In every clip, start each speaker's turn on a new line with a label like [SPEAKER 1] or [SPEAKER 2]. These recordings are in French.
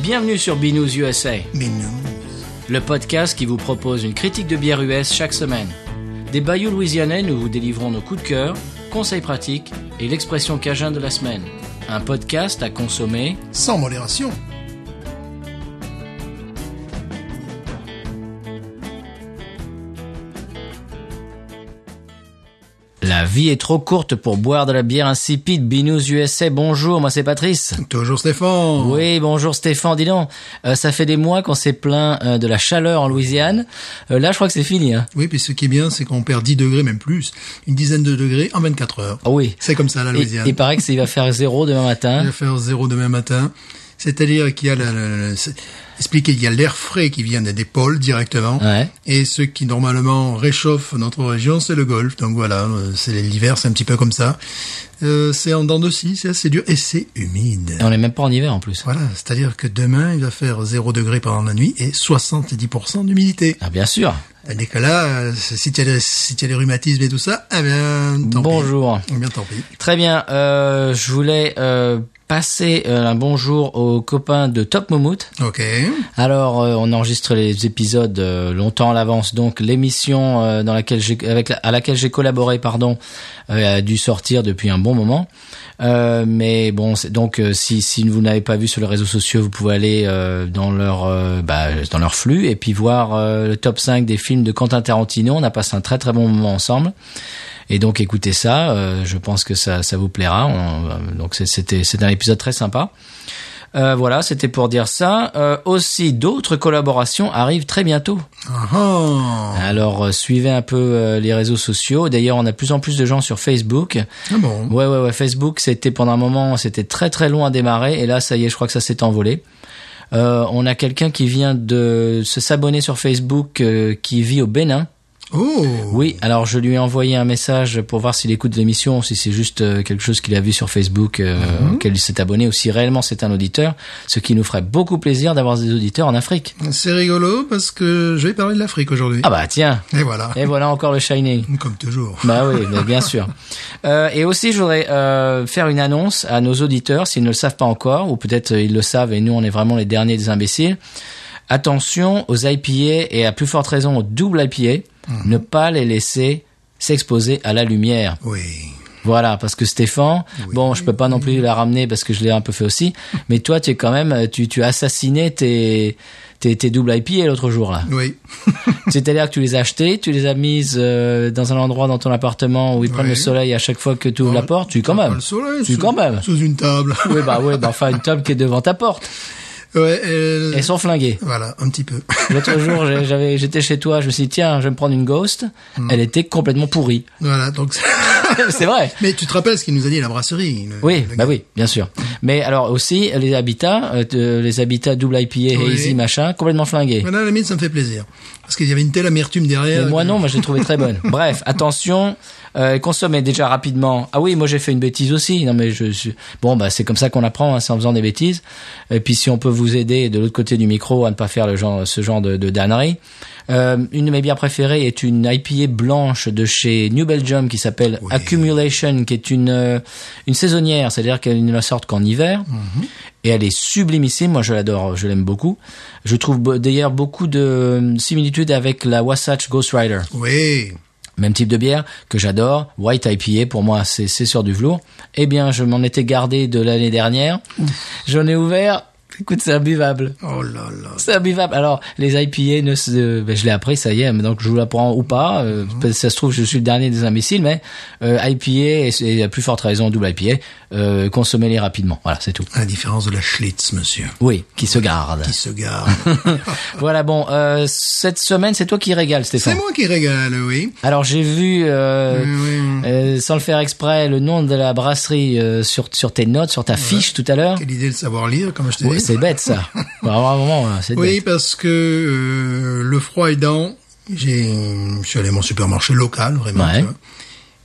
[SPEAKER 1] Bienvenue sur Binous USA,
[SPEAKER 2] Mais non.
[SPEAKER 1] le podcast qui vous propose une critique de bière US chaque semaine. Des bayous louisianais, nous vous délivrons nos coups de cœur, conseils pratiques et l'expression cajun de la semaine. Un podcast à consommer.
[SPEAKER 2] Sans modération.
[SPEAKER 1] La vie est trop courte pour boire de la bière insipide. Binous USA, bonjour, moi c'est Patrice.
[SPEAKER 2] Toujours Stéphane.
[SPEAKER 1] Oui, bonjour Stéphane, dis donc, euh, ça fait des mois qu'on s'est plaint euh, de la chaleur en Louisiane. Euh, là, je crois que c'est fini. Hein.
[SPEAKER 2] Oui, puis ce qui est bien, c'est qu'on perd 10 degrés, même plus, une dizaine de degrés en 24 heures.
[SPEAKER 1] Ah oui.
[SPEAKER 2] C'est comme ça, la
[SPEAKER 1] Et-
[SPEAKER 2] Louisiane.
[SPEAKER 1] Il paraît que ça va faire zéro demain
[SPEAKER 2] Il
[SPEAKER 1] matin.
[SPEAKER 2] va faire zéro demain matin. C'est-à-dire qu'il y a la, la- la- c'est- expliqué, il y a l'air frais qui vient des des pôles directement.
[SPEAKER 1] Ouais.
[SPEAKER 2] Et ce qui normalement réchauffe notre région, c'est le golfe. Donc voilà, euh, c'est l'hiver, c'est un petit peu comme ça. Euh, c'est en dents de scie, c'est assez dur et c'est humide.
[SPEAKER 1] Et on n'est même pas en hiver en plus.
[SPEAKER 2] Voilà, c'est-à-dire que demain, il va faire 0 degré pendant la nuit et 70% d'humidité.
[SPEAKER 1] Ah bien sûr.
[SPEAKER 2] Tandis que là, euh, si tu as, les- si tu as les rhumatismes et tout ça, eh bien, tant
[SPEAKER 1] Bonjour.
[SPEAKER 2] pis. Eh bien, tant pis.
[SPEAKER 1] Très bien. Euh, je voulais euh, passer euh, un bonjour aux copains de Top Moumout.
[SPEAKER 2] Ok.
[SPEAKER 1] Alors, euh, on enregistre les épisodes euh, longtemps à l'avance, donc l'émission euh, dans laquelle j'ai, avec la- à laquelle j'ai collaboré, pardon, euh, a dû sortir depuis un bon moment. Euh, mais bon, c'est, donc euh, si si vous n'avez pas vu sur les réseaux sociaux, vous pouvez aller euh, dans leur euh, bah, dans leur flux et puis voir euh, le top 5 des films de Quentin Tarantino. On a passé un très très bon moment ensemble. Et donc écoutez ça, euh, je pense que ça, ça vous plaira. On- euh, donc c'est- c'était c'est un épisode très sympa. Euh, voilà, c'était pour dire ça. Euh, aussi, d'autres collaborations arrivent très bientôt.
[SPEAKER 2] Ah, ah.
[SPEAKER 1] Alors, euh, suivez un peu euh, les réseaux sociaux. D'ailleurs, on a de plus en plus de gens sur Facebook.
[SPEAKER 2] Ah bon.
[SPEAKER 1] Ouais, ouais, ouais. Facebook, c'était pendant un moment, c'était très très long à démarrer. Et là, ça y est, je crois que ça s'est envolé. Euh, on a quelqu'un qui vient de se s'abonner sur Facebook, euh, qui vit au Bénin.
[SPEAKER 2] Oh.
[SPEAKER 1] Oui, alors je lui ai envoyé un message pour voir s'il écoute l'émission, si c'est juste euh, quelque chose qu'il a vu sur Facebook, euh, auquel il s'est abonné, ou si réellement c'est un auditeur, ce qui nous ferait beaucoup plaisir d'avoir des auditeurs en Afrique.
[SPEAKER 2] C'est rigolo parce que je vais parler de l'Afrique aujourd'hui.
[SPEAKER 1] Ah bah tiens,
[SPEAKER 2] Et voilà.
[SPEAKER 1] et voilà encore le Shining.
[SPEAKER 2] Comme toujours.
[SPEAKER 1] Bah oui, bah bien sûr. Euh, et aussi, je voudrais euh, faire une annonce à nos auditeurs, s'ils ne le savent pas encore, ou peut-être euh, ils le savent et nous, on est vraiment les derniers des imbéciles. Attention aux IPA et à plus forte raison aux double IPA, ne pas les laisser s'exposer à la lumière.
[SPEAKER 2] Oui.
[SPEAKER 1] Voilà, parce que Stéphane, bon, je peux pas non plus la ramener parce que je l'ai un peu fait aussi, mais toi, tu es quand même, euh, tu, tu as assassiné tes, tes, tes double IPA l'autre jour, là.
[SPEAKER 2] Oui.
[SPEAKER 1] C'est-à-dire que tu les as achetés, tu les as mises euh, dans un endroit dans ton appartement où ils prennent
[SPEAKER 2] Ouais.
[SPEAKER 1] le soleil à chaque fois que tu ouvres
[SPEAKER 2] Dans-
[SPEAKER 1] la porte, tu quand
[SPEAKER 2] dans
[SPEAKER 1] même.
[SPEAKER 2] le soleil,
[SPEAKER 1] Ah Tu
[SPEAKER 2] sous-
[SPEAKER 1] quand même.
[SPEAKER 2] Sous une table.
[SPEAKER 1] Oui, bah oui, bah enfin, une table qui est devant ta porte.
[SPEAKER 2] ouais. euh,
[SPEAKER 1] Elles sont flinguées.
[SPEAKER 2] Voilà, un petit peu.
[SPEAKER 1] L'autre jour, j'ai- j'avais, j'étais chez toi, je me suis dit, tiens, je vais me prendre une ghost. Elle était complètement pourrie.
[SPEAKER 2] voilà, donc.
[SPEAKER 1] C'est vrai.
[SPEAKER 2] Mais tu te rappelles ce qu'il nous a dit la brasserie le-
[SPEAKER 1] Oui,
[SPEAKER 2] le
[SPEAKER 1] bah
[SPEAKER 2] gars.
[SPEAKER 1] oui, bien sûr. Mais alors aussi les habitats, euh, de- les habitats double IPA,
[SPEAKER 2] Oui.
[SPEAKER 1] hazy, machin, complètement flingués.
[SPEAKER 2] Voilà, à la limite, ça me fait plaisir. Parce qu'il y avait une telle amertume derrière.
[SPEAKER 1] Mais moi
[SPEAKER 2] que-
[SPEAKER 1] non, moi j'ai trouvé très bonne. Bref, attention, euh, consommez déjà rapidement. Ah oui, moi j'ai fait une bêtise aussi. Non mais je suis bon, bah c'est comme ça qu'on apprend, hein, c'est en faisant des bêtises. Et puis si on peut vous aider de l'autre côté du micro à ne pas faire le genre, ce genre de, de dannerie. Euh, une de mes bières préférées est une IPA blanche de chez New Belgium qui s'appelle
[SPEAKER 2] Oui.
[SPEAKER 1] Accumulation, qui est une euh, une saisonnière, c'est-à-dire qu'elle ne la sort qu'en hiver. Et elle est sublimissime. Moi, je l'adore, je l'aime beaucoup. Je trouve bo- d'ailleurs beaucoup de euh, similitudes avec la Wasatch Ghost Rider.
[SPEAKER 2] Oui.
[SPEAKER 1] Même type de bière que j'adore. White IPA, pour moi, c'est c'est sur du velours. Eh bien, je m'en étais gardé de l'année dernière. J'en ai ouvert. Écoute, c'est imbuvable.
[SPEAKER 2] Oh là là.
[SPEAKER 1] C'est imbuvable. Alors, les IPA, ne se... euh, ben, je l'ai appris, ça y est, donc je vous l'apprends ou pas. euh,
[SPEAKER 2] Mhm.
[SPEAKER 1] parce que Ça se trouve, je suis le dernier des imbéciles, mais euh, IPA, et, et à plus forte raison, double IPA, euh, consommez-les rapidement. Voilà, c'est tout.
[SPEAKER 2] À la différence de la Schlitz, monsieur.
[SPEAKER 1] Oui, qui se garde.
[SPEAKER 2] Qui se garde.
[SPEAKER 1] Ah, Voilà, bon, euh, cette semaine, c'est toi qui régales,
[SPEAKER 2] C'est
[SPEAKER 1] Stéphane.
[SPEAKER 2] moi Mhm. qui régale, oui.
[SPEAKER 1] Alors, j'ai vu, euh,
[SPEAKER 2] Oui, oui.
[SPEAKER 1] euh, sans le faire exprès, le nom de la brasserie euh, sur, sur tes notes, sur ta fiche tout à l'heure.
[SPEAKER 2] Quelle idée de savoir lire, comme je te
[SPEAKER 1] Ouais,
[SPEAKER 2] dis.
[SPEAKER 1] c'est bête, ça. Bah, vraiment, euh, c'est
[SPEAKER 2] Oui,
[SPEAKER 1] bête.
[SPEAKER 2] parce que euh, le froid aidant, j'ai, je suis allé à mon supermarché local, vraiment.
[SPEAKER 1] Ouais.
[SPEAKER 2] tu vois.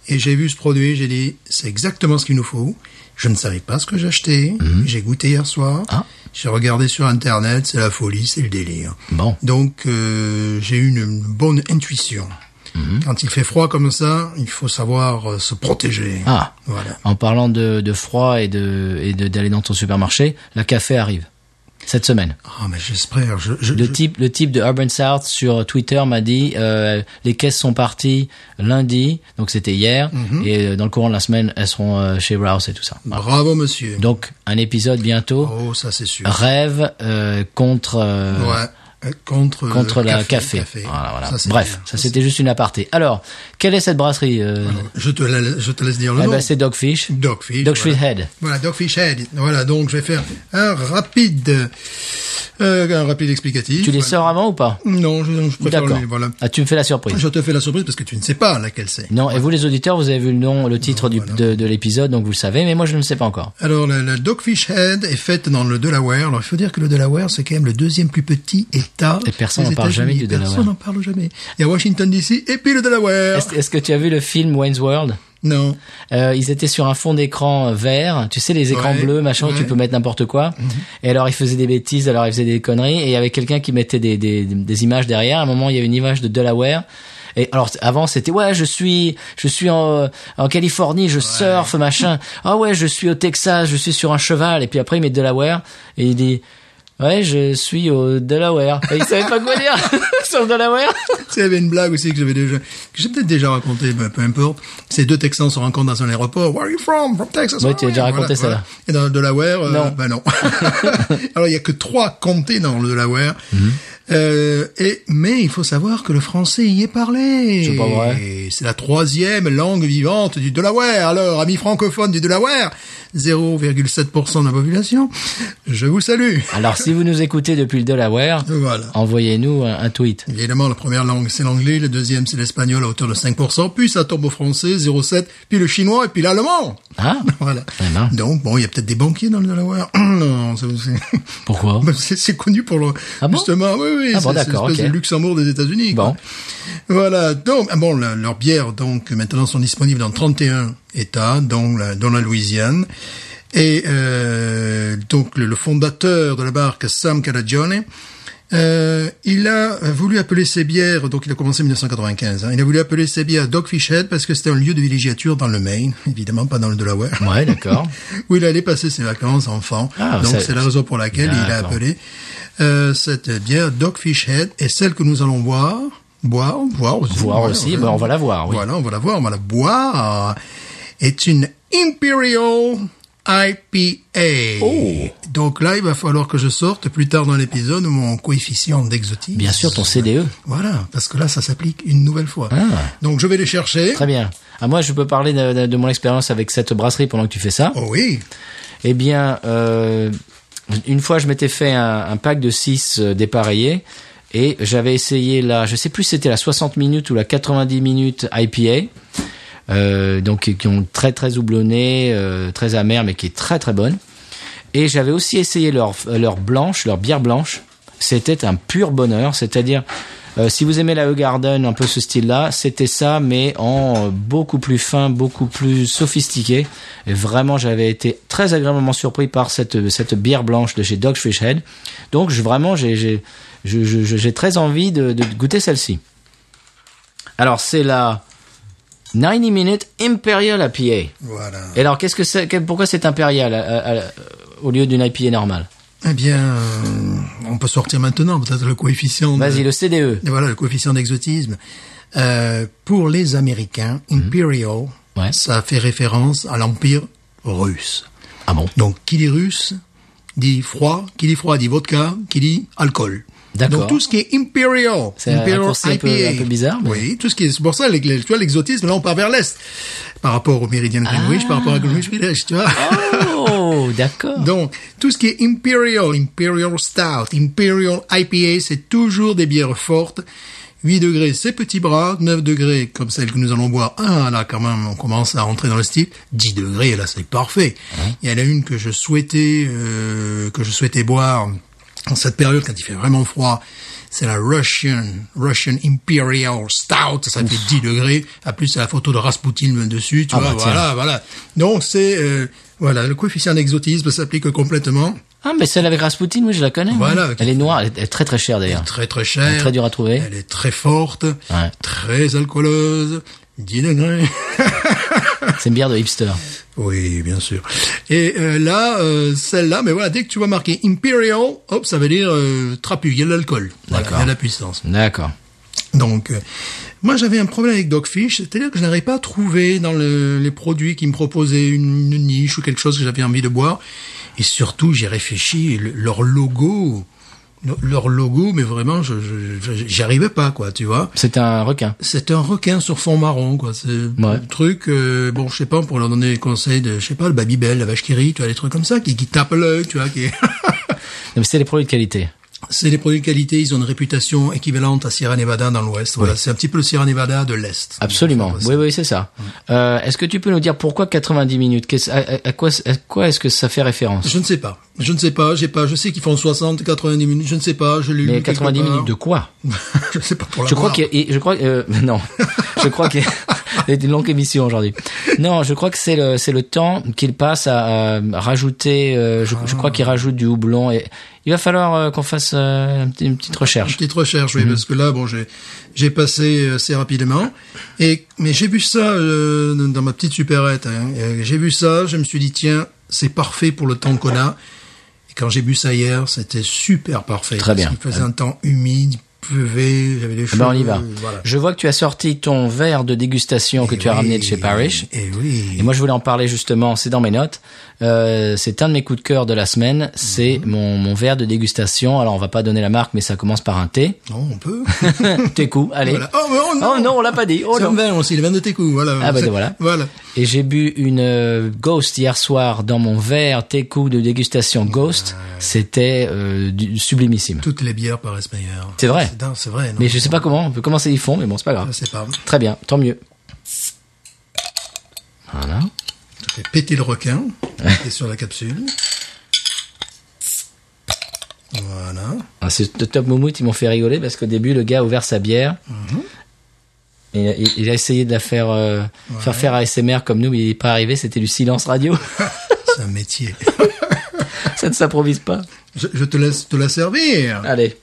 [SPEAKER 2] et j'ai vu ce produit, j'ai dit, c'est exactement ce qu'il nous faut. Je ne savais pas ce que j'achetais. J'ai goûté hier soir.
[SPEAKER 1] Mhm. Ah.
[SPEAKER 2] J'ai regardé sur Internet, c'est la folie, c'est le délire.
[SPEAKER 1] Bon.
[SPEAKER 2] Donc euh, j'ai eu une bonne intuition.
[SPEAKER 1] Mhm.
[SPEAKER 2] Quand il fait froid comme ça, il faut savoir euh, se protéger.
[SPEAKER 1] Ah.
[SPEAKER 2] Voilà.
[SPEAKER 1] En parlant de, de froid et de et de- d'aller dans ton supermarché, la café arrive. cette semaine.
[SPEAKER 2] Ah, mais j'espère. Je, je-
[SPEAKER 1] Le
[SPEAKER 2] je-
[SPEAKER 1] type, le type de Urban South sur Twitter m'a dit euh, les caisses sont parties lundi, donc c'était hier,
[SPEAKER 2] Mhm.
[SPEAKER 1] et euh, dans le courant de la semaine, elles seront euh, chez Rouse et tout ça. Voilà.
[SPEAKER 2] Bravo, monsieur.
[SPEAKER 1] Donc un épisode bientôt.
[SPEAKER 2] Oh, ça, c'est sûr.
[SPEAKER 1] Rêve euh, contre euh,
[SPEAKER 2] ouais. Euh, Contre,
[SPEAKER 1] contre
[SPEAKER 2] le
[SPEAKER 1] la
[SPEAKER 2] café.
[SPEAKER 1] café.
[SPEAKER 2] café.
[SPEAKER 1] Voilà, voilà.
[SPEAKER 2] Ça, c'est
[SPEAKER 1] Bref,
[SPEAKER 2] bien.
[SPEAKER 1] ça c'était juste une aparté. Alors, quelle est cette brasserie euh,
[SPEAKER 2] Je te, la- je te laisse dire le
[SPEAKER 1] eh
[SPEAKER 2] nom.
[SPEAKER 1] ben, c'est Dogfish.
[SPEAKER 2] Dogfish.
[SPEAKER 1] Dogfish
[SPEAKER 2] voilà.
[SPEAKER 1] Head.
[SPEAKER 2] Voilà, Dogfish Head. Voilà, donc je vais faire un rapide, euh, un rapide explicatif.
[SPEAKER 1] Tu les
[SPEAKER 2] Voilà.
[SPEAKER 1] sors avant ou pas
[SPEAKER 2] Non, je, je préfère
[SPEAKER 1] D'accord.
[SPEAKER 2] le voilà.
[SPEAKER 1] Ah, tu me fais la surprise.
[SPEAKER 2] Je te fais la surprise parce que tu ne sais pas laquelle c'est.
[SPEAKER 1] Non, et vous les auditeurs, vous avez vu le nom, le titre du, de, de l'épisode, donc vous le savez, mais moi je ne le sais pas encore.
[SPEAKER 2] Alors, la, la Dogfish Head est faite dans le Delaware. Alors, il faut dire que le Delaware, c'est quand même le deuxième plus petit État.
[SPEAKER 1] Et personne
[SPEAKER 2] des
[SPEAKER 1] n'en parle jamais du
[SPEAKER 2] États-Unis.
[SPEAKER 1] Delaware.
[SPEAKER 2] Personne n'en parle jamais. Il y a Washington DC et puis le Delaware.
[SPEAKER 1] Est-ce est-ce que tu as vu le film Wayne's World
[SPEAKER 2] Non.
[SPEAKER 1] Euh, ils étaient sur un fond d'écran euh, vert, tu sais les écrans
[SPEAKER 2] Ouais,
[SPEAKER 1] bleus, machin, où tu
[SPEAKER 2] ouais. Mhm.
[SPEAKER 1] peux mettre n'importe quoi. Et alors ils faisaient des bêtises, alors ils faisaient des conneries, et il y avait quelqu'un qui mettait des, des, des images derrière. À un moment, il y a une image de Delaware. Et alors avant c'était ouais je suis je suis en, en Californie je surfe machin ah ouais je suis au Texas je suis sur un cheval et puis après il met Delaware et il dit ouais je suis au Delaware et il savait pas quoi dire sur le Delaware
[SPEAKER 2] Il y avait une blague aussi que j'avais déjà, que j'ai peut-être déjà racontée, mais peu importe. Ces deux Texans se rencontrent dans un aéroport. Where are you from? From Texas. Ah
[SPEAKER 1] Ouais, tu as déjà
[SPEAKER 2] Voilà,
[SPEAKER 1] raconté
[SPEAKER 2] voilà.
[SPEAKER 1] ça, là.
[SPEAKER 2] Et dans le Delaware, euh,
[SPEAKER 1] Non.
[SPEAKER 2] bah non. Alors, il y a que trois comtés dans le Delaware.
[SPEAKER 1] Mm-hmm.
[SPEAKER 2] Euh, et, mais il faut savoir que le français y est parlé.
[SPEAKER 1] C'est pas vrai.
[SPEAKER 2] Et C'est la troisième langue vivante du Delaware. Alors, amis francophones du Delaware, 0,7% de la population, je vous salue.
[SPEAKER 1] alors si vous nous écoutez depuis le Delaware
[SPEAKER 2] Voilà.
[SPEAKER 1] envoyez-nous un- un tweet
[SPEAKER 2] Évidemment, la première langue, c'est l'anglais, le deuxième, c'est l'espagnol à hauteur de 5%, puis ça tombe au français, 0,7%, puis le chinois, et puis l'allemand.
[SPEAKER 1] Ah,
[SPEAKER 2] Voilà.
[SPEAKER 1] Eh ben.
[SPEAKER 2] Donc, bon, il y a peut-être des banquiers dans le Delaware. non, c'est- c'est-
[SPEAKER 1] pourquoi
[SPEAKER 2] Bah, c'est c'est connu pour le...
[SPEAKER 1] Ah bon
[SPEAKER 2] justement, oui, oui,
[SPEAKER 1] Ah
[SPEAKER 2] c'est
[SPEAKER 1] bon,
[SPEAKER 2] c'est
[SPEAKER 1] d'accord,
[SPEAKER 2] l'espèce
[SPEAKER 1] ok.
[SPEAKER 2] de Luxembourg des États-Unis. quoi.
[SPEAKER 1] Bon.
[SPEAKER 2] Voilà, donc, ah bon, la- leurs bières, donc, maintenant, sont disponibles dans 31 États, dont la, dont la Louisiane. Et euh, donc, le, le fondateur de la marque, Sam Calagione, euh, il a voulu appeler ses bières, donc il a commencé en 1995, hein, il a voulu appeler ses bières Dogfish Head parce que c'était un lieu de villégiature dans le Maine, évidemment pas dans le Delaware,
[SPEAKER 1] Ouais, d'accord.
[SPEAKER 2] où il allait passer ses vacances enfant.
[SPEAKER 1] Ah,
[SPEAKER 2] donc
[SPEAKER 1] ça-
[SPEAKER 2] c'est la raison pour laquelle il a
[SPEAKER 1] D'accord.
[SPEAKER 2] appelé euh, cette bière Dogfish Head et celle que nous allons boire, boire, boire aussi.
[SPEAKER 1] Voir aussi, bah, on va la voir, oui.
[SPEAKER 2] Voilà, on va la voir, on va la boire. Est une Imperial IPA.
[SPEAKER 1] Oh.
[SPEAKER 2] Donc là, il va falloir que je sorte plus tard dans l'épisode mon coefficient d'exotisme.
[SPEAKER 1] Bien sûr, ton E. CDE.
[SPEAKER 2] Voilà, parce que là, ça s'applique une nouvelle fois.
[SPEAKER 1] Ah.
[SPEAKER 2] Donc je vais les chercher.
[SPEAKER 1] Très bien. Ah, moi, je peux parler de, de- de mon expérience avec cette brasserie pendant que tu fais ça.
[SPEAKER 2] Oh oui.
[SPEAKER 1] Eh bien, euh, une fois, je m'étais fait un, un pack de 6 dépareillés. Et j'avais essayé la, je sais plus si c'était la 60 minutes ou la 90 minutes IPA. Euh, donc, qui- qui ont très, très houblonné, euh, très amère, mais qui est très, très bonne. Et j'avais aussi essayé leur, euh, leur blanche, leur bière blanche. C'était un pur bonheur. C'est-à-dire, euh, si vous aimez la Garden, un peu ce style-là, c'était ça, mais en euh, beaucoup plus fin, beaucoup plus sophistiqué. Et vraiment, j'avais été très agréablement surpris par cette, cette bière blanche de chez Dogfish Head. Donc, je, vraiment, j'ai- j'ai je- je- je- j'ai très envie de, de goûter celle-ci. Alors, c'est la 90 Minute Imperial IPA.
[SPEAKER 2] Voilà.
[SPEAKER 1] Et alors, qu'est-ce que c'est que- Pourquoi c'est impérial à- à- à- au lieu d'une IPA normale
[SPEAKER 2] Eh bien, euh, on peut sortir maintenant peut-être le coefficient. de-
[SPEAKER 1] Vas-y, le E. CDE.
[SPEAKER 2] Et voilà le coefficient d'exotisme. Euh, pour les Américains, Imperial,
[SPEAKER 1] Mhm. Ouais.
[SPEAKER 2] ça fait référence à l'Empire russe.
[SPEAKER 1] Ah bon
[SPEAKER 2] Donc, qui dit russe, dit froid, qui dit froid, dit vodka, qui dit alcool.
[SPEAKER 1] D'accord.
[SPEAKER 2] Donc, tout ce qui est Imperial,
[SPEAKER 1] C'est un
[SPEAKER 2] Imperial
[SPEAKER 1] raccourci un peu-
[SPEAKER 2] IPA.
[SPEAKER 1] un peu bizarre, mais-
[SPEAKER 2] Oui, tout ce qui est, c'est pour ça, les- les- tu vois, l'exotisme, là, on part vers l'Est. Par rapport au méridien de Greenwich,
[SPEAKER 1] Ah.
[SPEAKER 2] par rapport à Greenwich Village, tu vois.
[SPEAKER 1] Oh, d'accord.
[SPEAKER 2] Donc, tout ce qui est Imperial, Imperial Stout, Imperial IPA, c'est toujours des bières fortes. 8 degrés, c'est petit bras. 9 degrés, comme celle que nous allons boire. Ah, là, quand même, on commence à rentrer dans le style. 10 degrés, là, c'est parfait. Il y en a une que je souhaitais, euh, que je souhaitais boire en cette période quand il fait vraiment froid. C'est la Russian, Russian Imperial Stout. Ça fait 10 degrés. À plus, c'est la photo de Rasputin dessus, tu
[SPEAKER 1] Ah
[SPEAKER 2] vois.
[SPEAKER 1] bah tiens.
[SPEAKER 2] voilà, voilà. Donc, c'est, euh, voilà, le coefficient d'exotisme s'applique complètement.
[SPEAKER 1] Ah, mais celle avec Rasputin, oui, je la connais.
[SPEAKER 2] Voilà.
[SPEAKER 1] Elle est noire, elle est, elle est très très chère d'ailleurs.
[SPEAKER 2] Très, très cher.
[SPEAKER 1] Très dure à trouver.
[SPEAKER 2] Elle est très forte.
[SPEAKER 1] Ouais.
[SPEAKER 2] Très alcooleuse. 10 degrés.
[SPEAKER 1] C'est une bière de hipster.
[SPEAKER 2] Oui, bien sûr. Et euh, là, euh, celle-là, mais voilà, dès que tu vois marqué Imperial, hop, ça veut dire euh, trapu, il y a de l'alcool, Voilà, il y a
[SPEAKER 1] D'accord.
[SPEAKER 2] de la puissance.
[SPEAKER 1] D'accord.
[SPEAKER 2] Donc, euh, moi j'avais un problème avec Dogfish, c'est-à-dire que je n'arrivais pas à trouver dans le- les produits qui me proposaient une, une niche ou quelque chose que j'avais envie de boire. Et surtout, j'ai réfléchi, le- leur logo, le- leur logo, mais vraiment, je, je, je- j'y arrivais pas, quoi, tu vois.
[SPEAKER 1] C'est un requin.
[SPEAKER 2] C'est un requin sur fond marron, quoi. C'est un truc, euh, bon, je sais pas, pour leur donner des conseils de, je sais pas, le Babybel, la vache qui rit, tu vois, des trucs comme ça, qui, qui tapent l'œil, tu vois, qui...
[SPEAKER 1] Non, mais c'est des produits de qualité.
[SPEAKER 2] C'est des produits de qualité, ils ont une réputation équivalente à Sierra Nevada dans l'Ouest. Voilà, c'est un petit peu le Sierra Nevada de l'Est.
[SPEAKER 1] Absolument.
[SPEAKER 2] Voilà,
[SPEAKER 1] Oui, oui, c'est ça. Euh, est-ce que tu peux nous dire pourquoi 90 minutes Qu'est-ce- à, à- à quoi, à quoi est-ce que ça fait référence
[SPEAKER 2] Je ne sais pas. Je ne sais pas, j'ai pas, je sais qu'ils font 60, 90 minutes, je ne sais pas, je l'ai lu
[SPEAKER 1] Mais
[SPEAKER 2] quelque
[SPEAKER 1] 90
[SPEAKER 2] part.
[SPEAKER 1] minutes de quoi
[SPEAKER 2] je ne sais pas pour la
[SPEAKER 1] Je crois qu'il, et je crois, euh, non, je crois que c'est une longue émission aujourd'hui. Non, je crois que c'est le, c'est le temps qu'il passe à, euh, rajouter. euh, je, je
[SPEAKER 2] Ah.
[SPEAKER 1] crois qu'il rajoute du houblon et il va falloir euh, qu'on fasse euh, un petit- une petite recherche.
[SPEAKER 2] Petite recherche,
[SPEAKER 1] Mhm.
[SPEAKER 2] oui, parce que là, bon, j'ai, j'ai passé euh, assez rapidement. Et, mais j'ai vu ça euh, dans ma petite supérette. hein. Euh, J'ai vu ça, je me suis dit, tiens, c'est parfait pour le temps qu'on a. Et quand j'ai bu ça hier, c'était super parfait.
[SPEAKER 1] Très bien.
[SPEAKER 2] Il faisait un temps humide, il pleuvait, j'avais des
[SPEAKER 1] Eh
[SPEAKER 2] cheveux. euh,
[SPEAKER 1] Ben on y va.
[SPEAKER 2] Voilà.
[SPEAKER 1] Je vois que tu as sorti ton verre de dégustation que tu as ramené de chez Parrish.
[SPEAKER 2] Et oui.
[SPEAKER 1] Et moi, je voulais en parler justement, c'est dans mes notes. Euh, c'est un de mes coups de cœur de la semaine. C'est
[SPEAKER 2] Mhm.
[SPEAKER 1] mon, mon verre de dégustation. Alors, on va pas donner la marque, mais ça commence par un thé.
[SPEAKER 2] Non, on peut.
[SPEAKER 1] thé coup, allez.
[SPEAKER 2] Voilà. Oh, mais oh non.
[SPEAKER 1] Oh non, on l'a pas dit. Oh
[SPEAKER 2] C'est un
[SPEAKER 1] non.
[SPEAKER 2] vin aussi, le vin de tes coups, voilà.
[SPEAKER 1] Ah, bah,
[SPEAKER 2] C'est-
[SPEAKER 1] voilà.
[SPEAKER 2] Voilà.
[SPEAKER 1] Et j'ai bu une euh, Ghost hier soir dans mon verre thé coup de dégustation Ghost. C'était euh, du- sublimissime.
[SPEAKER 2] Toutes les bières paraissent meilleures.
[SPEAKER 1] C'est vrai.
[SPEAKER 2] dingue, C'est vrai, non
[SPEAKER 1] Mais je sais pas comment, on peut commencer ils font, mais bon, c'est pas
[SPEAKER 2] Je
[SPEAKER 1] grave.
[SPEAKER 2] sais pas.
[SPEAKER 1] Très bien, tant mieux. Voilà.
[SPEAKER 2] Je fais péter le requin qui est sur la capsule. Voilà.
[SPEAKER 1] Ah, c'est le Top Moumout, ils m'ont fait rigoler parce qu'au début, le gars a ouvert sa bière. Et il a- il, il a essayé de la faire, euh, faire faire à ASMR comme nous, mais il n'est pas arrivé, c'était du silence radio.
[SPEAKER 2] C'est un métier.
[SPEAKER 1] Ça ne s'improvise pas.
[SPEAKER 2] Je, je te laisse te la servir.
[SPEAKER 1] Allez.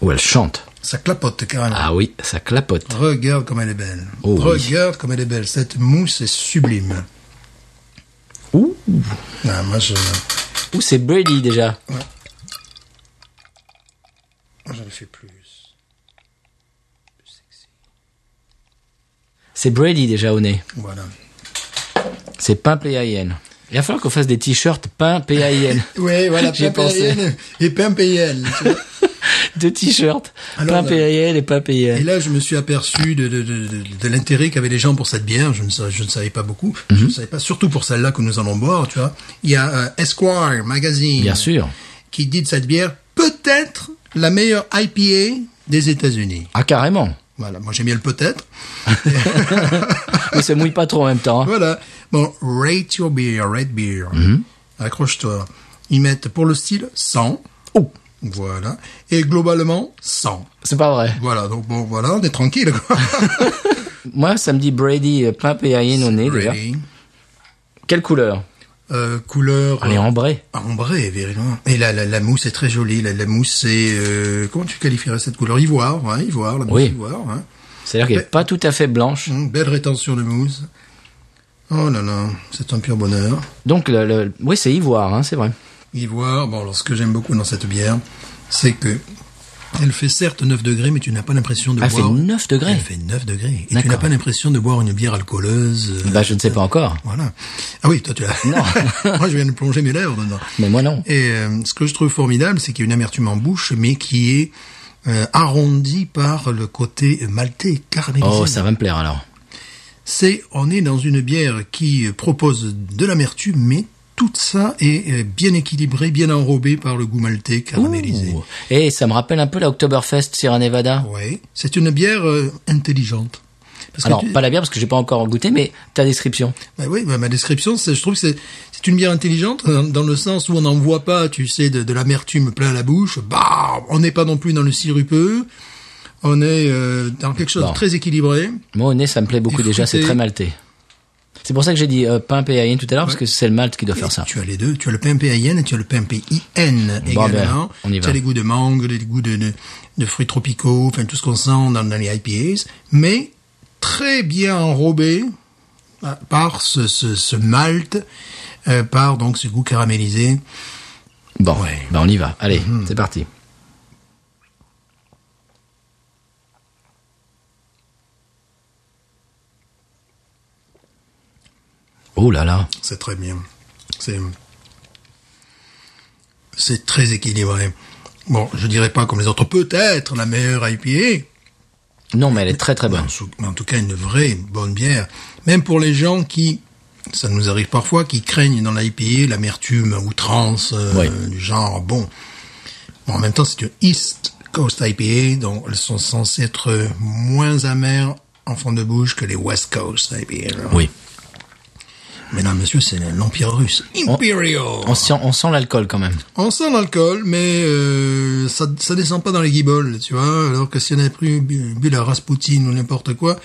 [SPEAKER 1] Ou elle chante.
[SPEAKER 2] Ça clapote carrément.
[SPEAKER 1] Ah oui, ça clapote.
[SPEAKER 2] Regarde comme elle est belle.
[SPEAKER 1] Oh oui.
[SPEAKER 2] Regarde comme elle est belle. Cette mousse est sublime.
[SPEAKER 1] Ouh,
[SPEAKER 2] Ah, moi, je,
[SPEAKER 1] Ouh, c'est Brady déjà.
[SPEAKER 2] je ne fais plus.
[SPEAKER 1] C'est Brady déjà au nez.
[SPEAKER 2] Voilà.
[SPEAKER 1] C'est pain PAIN. Il va falloir qu'on fasse des t-shirts pain PAIN.
[SPEAKER 2] Oui, voilà,
[SPEAKER 1] J'y ai pensé.
[SPEAKER 2] PMPL et PMPL. tu vois.
[SPEAKER 1] Deux t-shirts.
[SPEAKER 2] Alors,
[SPEAKER 1] Pain
[SPEAKER 2] là-
[SPEAKER 1] PAIN et pain PAIN.
[SPEAKER 2] Et là, je me suis aperçu de, de, de, de- de l'intérêt qu'avaient les gens pour cette bière. Je ne, sa- je ne savais pas beaucoup.
[SPEAKER 1] Mhm.
[SPEAKER 2] Je ne savais pas, surtout pour celle-là que nous allons boire, tu vois. Il y a euh, Esquire Magazine.
[SPEAKER 1] Bien sûr.
[SPEAKER 2] Qui dit de cette bière, peut-être la meilleure IPA des États-Unis.
[SPEAKER 1] Ah, carrément.
[SPEAKER 2] Voilà. Moi, j'aime bien le peut-être.
[SPEAKER 1] Mais ça mouille pas trop en même temps. hein.
[SPEAKER 2] Voilà. Bon, rate your beer, rate beer.
[SPEAKER 1] Mhm.
[SPEAKER 2] Accroche-toi. Ils mettent pour le style 100.
[SPEAKER 1] Oh,
[SPEAKER 2] Voilà. Et globalement, 100.
[SPEAKER 1] c'est pas vrai.
[SPEAKER 2] Voilà. Donc bon, voilà, on est tranquille, quoi.
[SPEAKER 1] Moi, ça me dit Brady euh, pain PAIN au nez d'ailleurs.
[SPEAKER 2] Ready.
[SPEAKER 1] Quelle couleur
[SPEAKER 2] Euh, couleur.
[SPEAKER 1] Elle est ambrée.
[SPEAKER 2] Ah, Ambré, véritablement. hein. Et la, la, la mousse est très jolie. La, la mousse est... euh, comment tu qualifierais cette couleur Ivoire, hein, ivoire, la mousse
[SPEAKER 1] Oui.
[SPEAKER 2] ivoire. Hein.
[SPEAKER 1] C'est-à-dire qu'elle est
[SPEAKER 2] Mais-
[SPEAKER 1] pas tout à fait blanche.
[SPEAKER 2] Hum, belle rétention de mousse. Oh là là, c'est un pur bonheur.
[SPEAKER 1] Donc, le, le- oui, c'est ivoire, hein, c'est vrai.
[SPEAKER 2] Ivoire, bon, alors ce que j'aime beaucoup dans cette bière, c'est que elle fait certes 9 degrés, mais tu n'as pas l'impression de
[SPEAKER 1] Elle Ah, fait
[SPEAKER 2] boire...
[SPEAKER 1] 9
[SPEAKER 2] Elle
[SPEAKER 1] degrés.
[SPEAKER 2] fait 9 degrés. Et tu
[SPEAKER 1] D'accord.
[SPEAKER 2] n'as pas l'impression de boire une bière alcooleuse. euh,
[SPEAKER 1] Bah, je ne sais pas encore.
[SPEAKER 2] Voilà. Ah oui, toi tu as... Moi je viens de plonger mes lèvres dedans.
[SPEAKER 1] Mais moi, non.
[SPEAKER 2] Et euh, ce que je trouve formidable, c'est qu'il y a une amertume en bouche, mais qui est euh, arrondie par le côté maltais caramélisé.
[SPEAKER 1] Oh, ça va me plaire alors.
[SPEAKER 2] C'est on est dans une bière qui propose de l'amertume, mais tout ça est euh, bien équilibré, bien enrobé par le goût maltais caramélisé.
[SPEAKER 1] Ouh. Et ça me rappelle un peu la Oktoberfest Sierra Nevada.
[SPEAKER 2] Ouais, c'est une bière euh, intelligente. Parce que
[SPEAKER 1] Alors,
[SPEAKER 2] tu-
[SPEAKER 1] pas la bière parce que j'ai pas encore goûté, mais ta description.
[SPEAKER 2] Bah oui, bah ma description, c'est, je trouve que c'est, c'est une bière intelligente dans, dans le sens où on n'en voit pas, tu sais, de, de l'amertume plein à la bouche. Bah, on n'est pas non plus dans le sirupeux. On est euh, dans quelque chose
[SPEAKER 1] Bon.
[SPEAKER 2] de très équilibré.
[SPEAKER 1] Moi, au nez, ça me plaît beaucoup
[SPEAKER 2] Et
[SPEAKER 1] déjà, c'est
[SPEAKER 2] fruité.
[SPEAKER 1] très maltais. C'est pour ça que j'ai dit euh, pain PAIN tout à l'heure, parce que c'est le malt qui doit faire ça.
[SPEAKER 2] Tu as les deux. Tu as le pain PAIN et tu as le pain
[SPEAKER 1] Bon,
[SPEAKER 2] PIN
[SPEAKER 1] ben,
[SPEAKER 2] également.
[SPEAKER 1] on y
[SPEAKER 2] tu
[SPEAKER 1] va.
[SPEAKER 2] as les goûts de mangue, les goûts de, de, de fruits tropicaux, enfin tout ce qu'on sent dans, dans les IPAs, mais très bien enrobé euh, par ce, ce, ce malt, euh, par donc ce goût caramélisé.
[SPEAKER 1] Bon,
[SPEAKER 2] Ouais.
[SPEAKER 1] ben on y va. Allez, c'est parti. Oh là là.
[SPEAKER 2] C'est très bien. C'est c'est très équilibré. Bon, je dirais pas comme les autres, peut-être la meilleure IPA,
[SPEAKER 1] Ah Non, mais elle est très très bonne.
[SPEAKER 2] En sou- En tout cas, une vraie bonne bière. Même pour les gens qui, ça nous arrive parfois, qui craignent dans l'IPA l'amertume à outrance euh,
[SPEAKER 1] Oui.
[SPEAKER 2] du genre. Bon. Bon, en même temps, c'est une East Coast IPA, donc elles sont censées être moins amères en fond de bouche que les West Coast IPA. alors.
[SPEAKER 1] Oui.
[SPEAKER 2] Mais là, monsieur, c'est l'Empire russe. Imperial.
[SPEAKER 1] On sent, on sent l'alcool quand même.
[SPEAKER 2] On sent l'alcool, mais euh, ça, ça descend pas dans les guiboles, tu vois. Alors que si on avait pris bu, bu la Raspoutine ou n'importe quoi,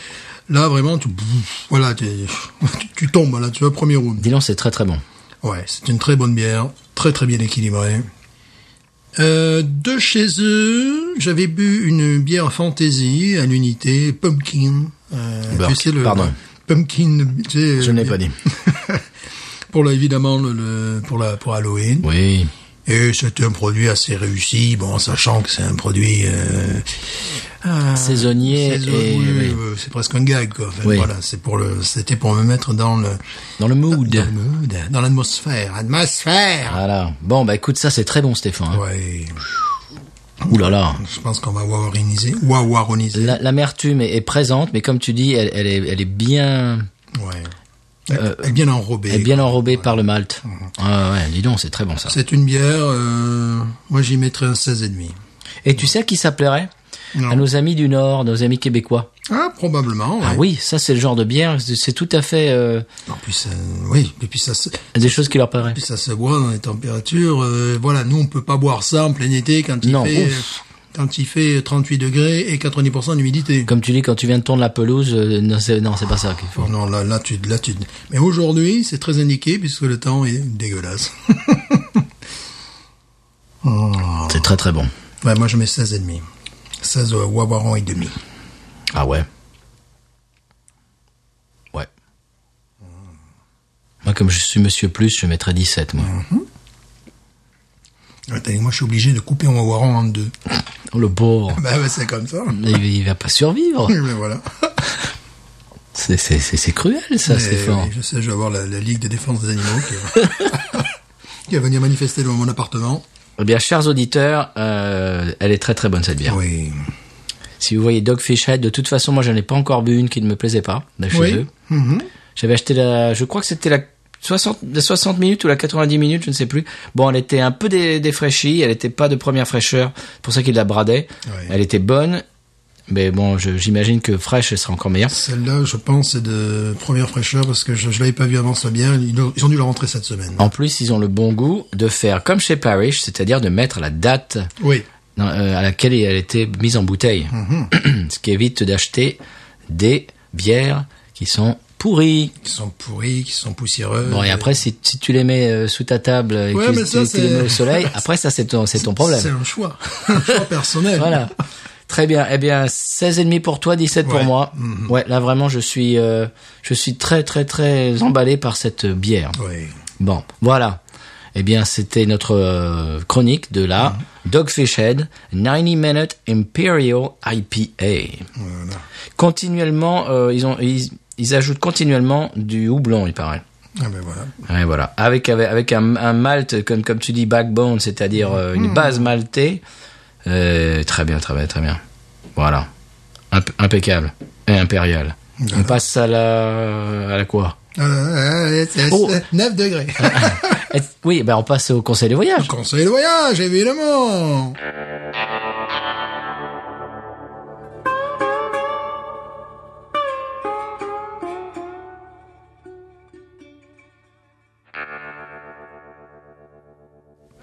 [SPEAKER 2] là vraiment, tu, voilà, tu, tu, tu tombes là, tu vois, premier round.
[SPEAKER 1] Dis-donc, c'est très très bon.
[SPEAKER 2] Ouais, c'est une très bonne bière, très très bien équilibrée. Euh, de chez eux, j'avais bu une bière fantaisie à l'unité, pumpkin. Euh,
[SPEAKER 1] Burk, pardon.
[SPEAKER 2] Pumpkin. tu sais,
[SPEAKER 1] Je ne l'ai
[SPEAKER 2] euh,
[SPEAKER 1] pas dit.
[SPEAKER 2] Pour la, évidemment le, le- pour la pour Halloween.
[SPEAKER 1] Oui.
[SPEAKER 2] Et c'est un produit assez réussi, bon, en sachant que c'est un produit euh,
[SPEAKER 1] Ah, Saisonnier
[SPEAKER 2] saison-
[SPEAKER 1] et
[SPEAKER 2] oui,
[SPEAKER 1] oui,
[SPEAKER 2] euh, c'est presque un gag. Quoi. Enfin,
[SPEAKER 1] Oui.
[SPEAKER 2] Voilà, c'est pour le, c'était pour me mettre dans le,
[SPEAKER 1] dans le mood.
[SPEAKER 2] dans le mood, dans l'atmosphère, atmosphère.
[SPEAKER 1] Voilà. Bon, bah écoute, ça c'est très bon, Stéphane. hein.
[SPEAKER 2] Ouais,
[SPEAKER 1] Ouh là là.
[SPEAKER 2] je pense qu'on va wariniser, wawaroniser.
[SPEAKER 1] La- L'amertume est, est présente, mais comme tu dis, elle, elle est, elle est bien,
[SPEAKER 2] Ouais. Elle- elle est bien enrobée.
[SPEAKER 1] Euh, elle est bien enrobée par le malt. Ah ouais, dis donc, c'est très bon ça.
[SPEAKER 2] Mhm. C'est une bière. euh, moi, j'y mettrais un 16,5. et demi.
[SPEAKER 1] Et tu sais à qui ça plairait
[SPEAKER 2] Non.
[SPEAKER 1] À nos amis du Nord, nos amis québécois.
[SPEAKER 2] Ah, probablement.
[SPEAKER 1] Ah
[SPEAKER 2] ouais.
[SPEAKER 1] oui, ça c'est le genre de bière, c'est c'est tout à fait euh,
[SPEAKER 2] En plus, euh, oui. Et puis ça, se-
[SPEAKER 1] des choses qui leur plairaient.
[SPEAKER 2] Puis ça se boit dans les températures. euh, voilà, nous on peut pas boire ça en plein été quand il
[SPEAKER 1] Non,
[SPEAKER 2] fait
[SPEAKER 1] ouf.
[SPEAKER 2] euh, quand il fait 38 degrés et 90% d'humidité.
[SPEAKER 1] Comme tu dis, quand tu viens de tourner la pelouse, euh, non, c'est non, c'est pas ça qu'il faut.
[SPEAKER 2] Oh non, là, là tu, là tu. Mais aujourd'hui, c'est très indiqué puisque le temps est dégueulasse.
[SPEAKER 1] C'est très très bon.
[SPEAKER 2] Ouais, moi je mets 16 et demi. 16 euh, Wawaron et demi.
[SPEAKER 1] Ah ouais. Ouais. Moi, comme je suis Monsieur Plus, je mettrais 17, moi.
[SPEAKER 2] Mm. Ouais, t'as dit, moi je suis obligé de couper un Wawaron en deux.
[SPEAKER 1] Oh, le pauvre.
[SPEAKER 2] bah ouais, c'est comme ça.
[SPEAKER 1] Il, il va pas survivre.
[SPEAKER 2] Mais voilà.
[SPEAKER 1] C'est- C'est c'est- c'est cruel, ça,
[SPEAKER 2] Mais
[SPEAKER 1] Stéphane.
[SPEAKER 2] oui, je sais, je vais avoir la, la Ligue de défense des animaux qui va, qui va venir manifester devant mon appartement.
[SPEAKER 1] Eh bien, chers auditeurs, euh, elle est très très bonne cette bière.
[SPEAKER 2] Oui.
[SPEAKER 1] Si vous voyez Dogfish Head, de toute façon, moi, j'en ai pas encore bu une qui ne me plaisait pas, de chez
[SPEAKER 2] Oui.
[SPEAKER 1] eux.
[SPEAKER 2] Mhm.
[SPEAKER 1] J'avais acheté la, je crois que c'était la 60, la 60 minutes ou la 90 minutes, je ne sais plus. Bon, elle était un peu dé- défraîchie, elle n'était pas de première fraîcheur, c'est pour ça qu'il la bradait.
[SPEAKER 2] Ouais.
[SPEAKER 1] Elle était bonne, mais bon, je- j'imagine que fraîche, elle sera encore meilleure.
[SPEAKER 2] Celle-là, je pense, c'est de première fraîcheur parce que je, je l'avais pas vue avant ce bien. Ils ont, ils ont dû la rentrer cette semaine.
[SPEAKER 1] En plus, ils ont le bon goût de faire comme chez Parrish, c'est-à-dire de mettre la date
[SPEAKER 2] Oui.
[SPEAKER 1] dans- euh, à laquelle elle était mise en bouteille, ce qui évite d'acheter des bières qui sont pourries.
[SPEAKER 2] Qui sont pourris, qui sont poussiéreux.
[SPEAKER 1] Bon, et après, si, si tu les mets euh, sous ta table et
[SPEAKER 2] Euh, Ouais,
[SPEAKER 1] que
[SPEAKER 2] mais
[SPEAKER 1] tu-
[SPEAKER 2] ça,
[SPEAKER 1] tu, les
[SPEAKER 2] c'est-
[SPEAKER 1] mets au soleil, après, ça, c'est ton, c'est ton problème.
[SPEAKER 2] C'est un choix. un choix personnel.
[SPEAKER 1] Voilà. Très bien. Eh bien, 16 et demi pour toi, 17 pour
[SPEAKER 2] Ouais. Mhm.
[SPEAKER 1] moi. Ouais, là vraiment, je suis, euh, je suis très, très, très emballé par cette bière.
[SPEAKER 2] Oui.
[SPEAKER 1] Bon, voilà. Eh bien, c'était notre euh, chronique de la
[SPEAKER 2] Mhm.
[SPEAKER 1] Dogfish Head 90 Minute Imperial IPA.
[SPEAKER 2] Voilà.
[SPEAKER 1] Continuellement, euh, ils ont, ils, ils ajoutent continuellement du houblon, il paraît.
[SPEAKER 2] Ah ben voilà.
[SPEAKER 1] Ouais, voilà. Avec, avec, avec un, un malt, comme, comme tu dis, backbone, c'est-à-dire euh, une base maltée. Euh, très bien, très bien, très bien. Voilà. Imp- impeccable. Et impérial. On passe à la, à la quoi
[SPEAKER 2] Euh, euh, c'est-
[SPEAKER 1] Oh.
[SPEAKER 2] c'est 9 degrés.
[SPEAKER 1] Et- Oui, ben on passe au conseil de voyage.
[SPEAKER 2] Conseil de voyage, évidemment.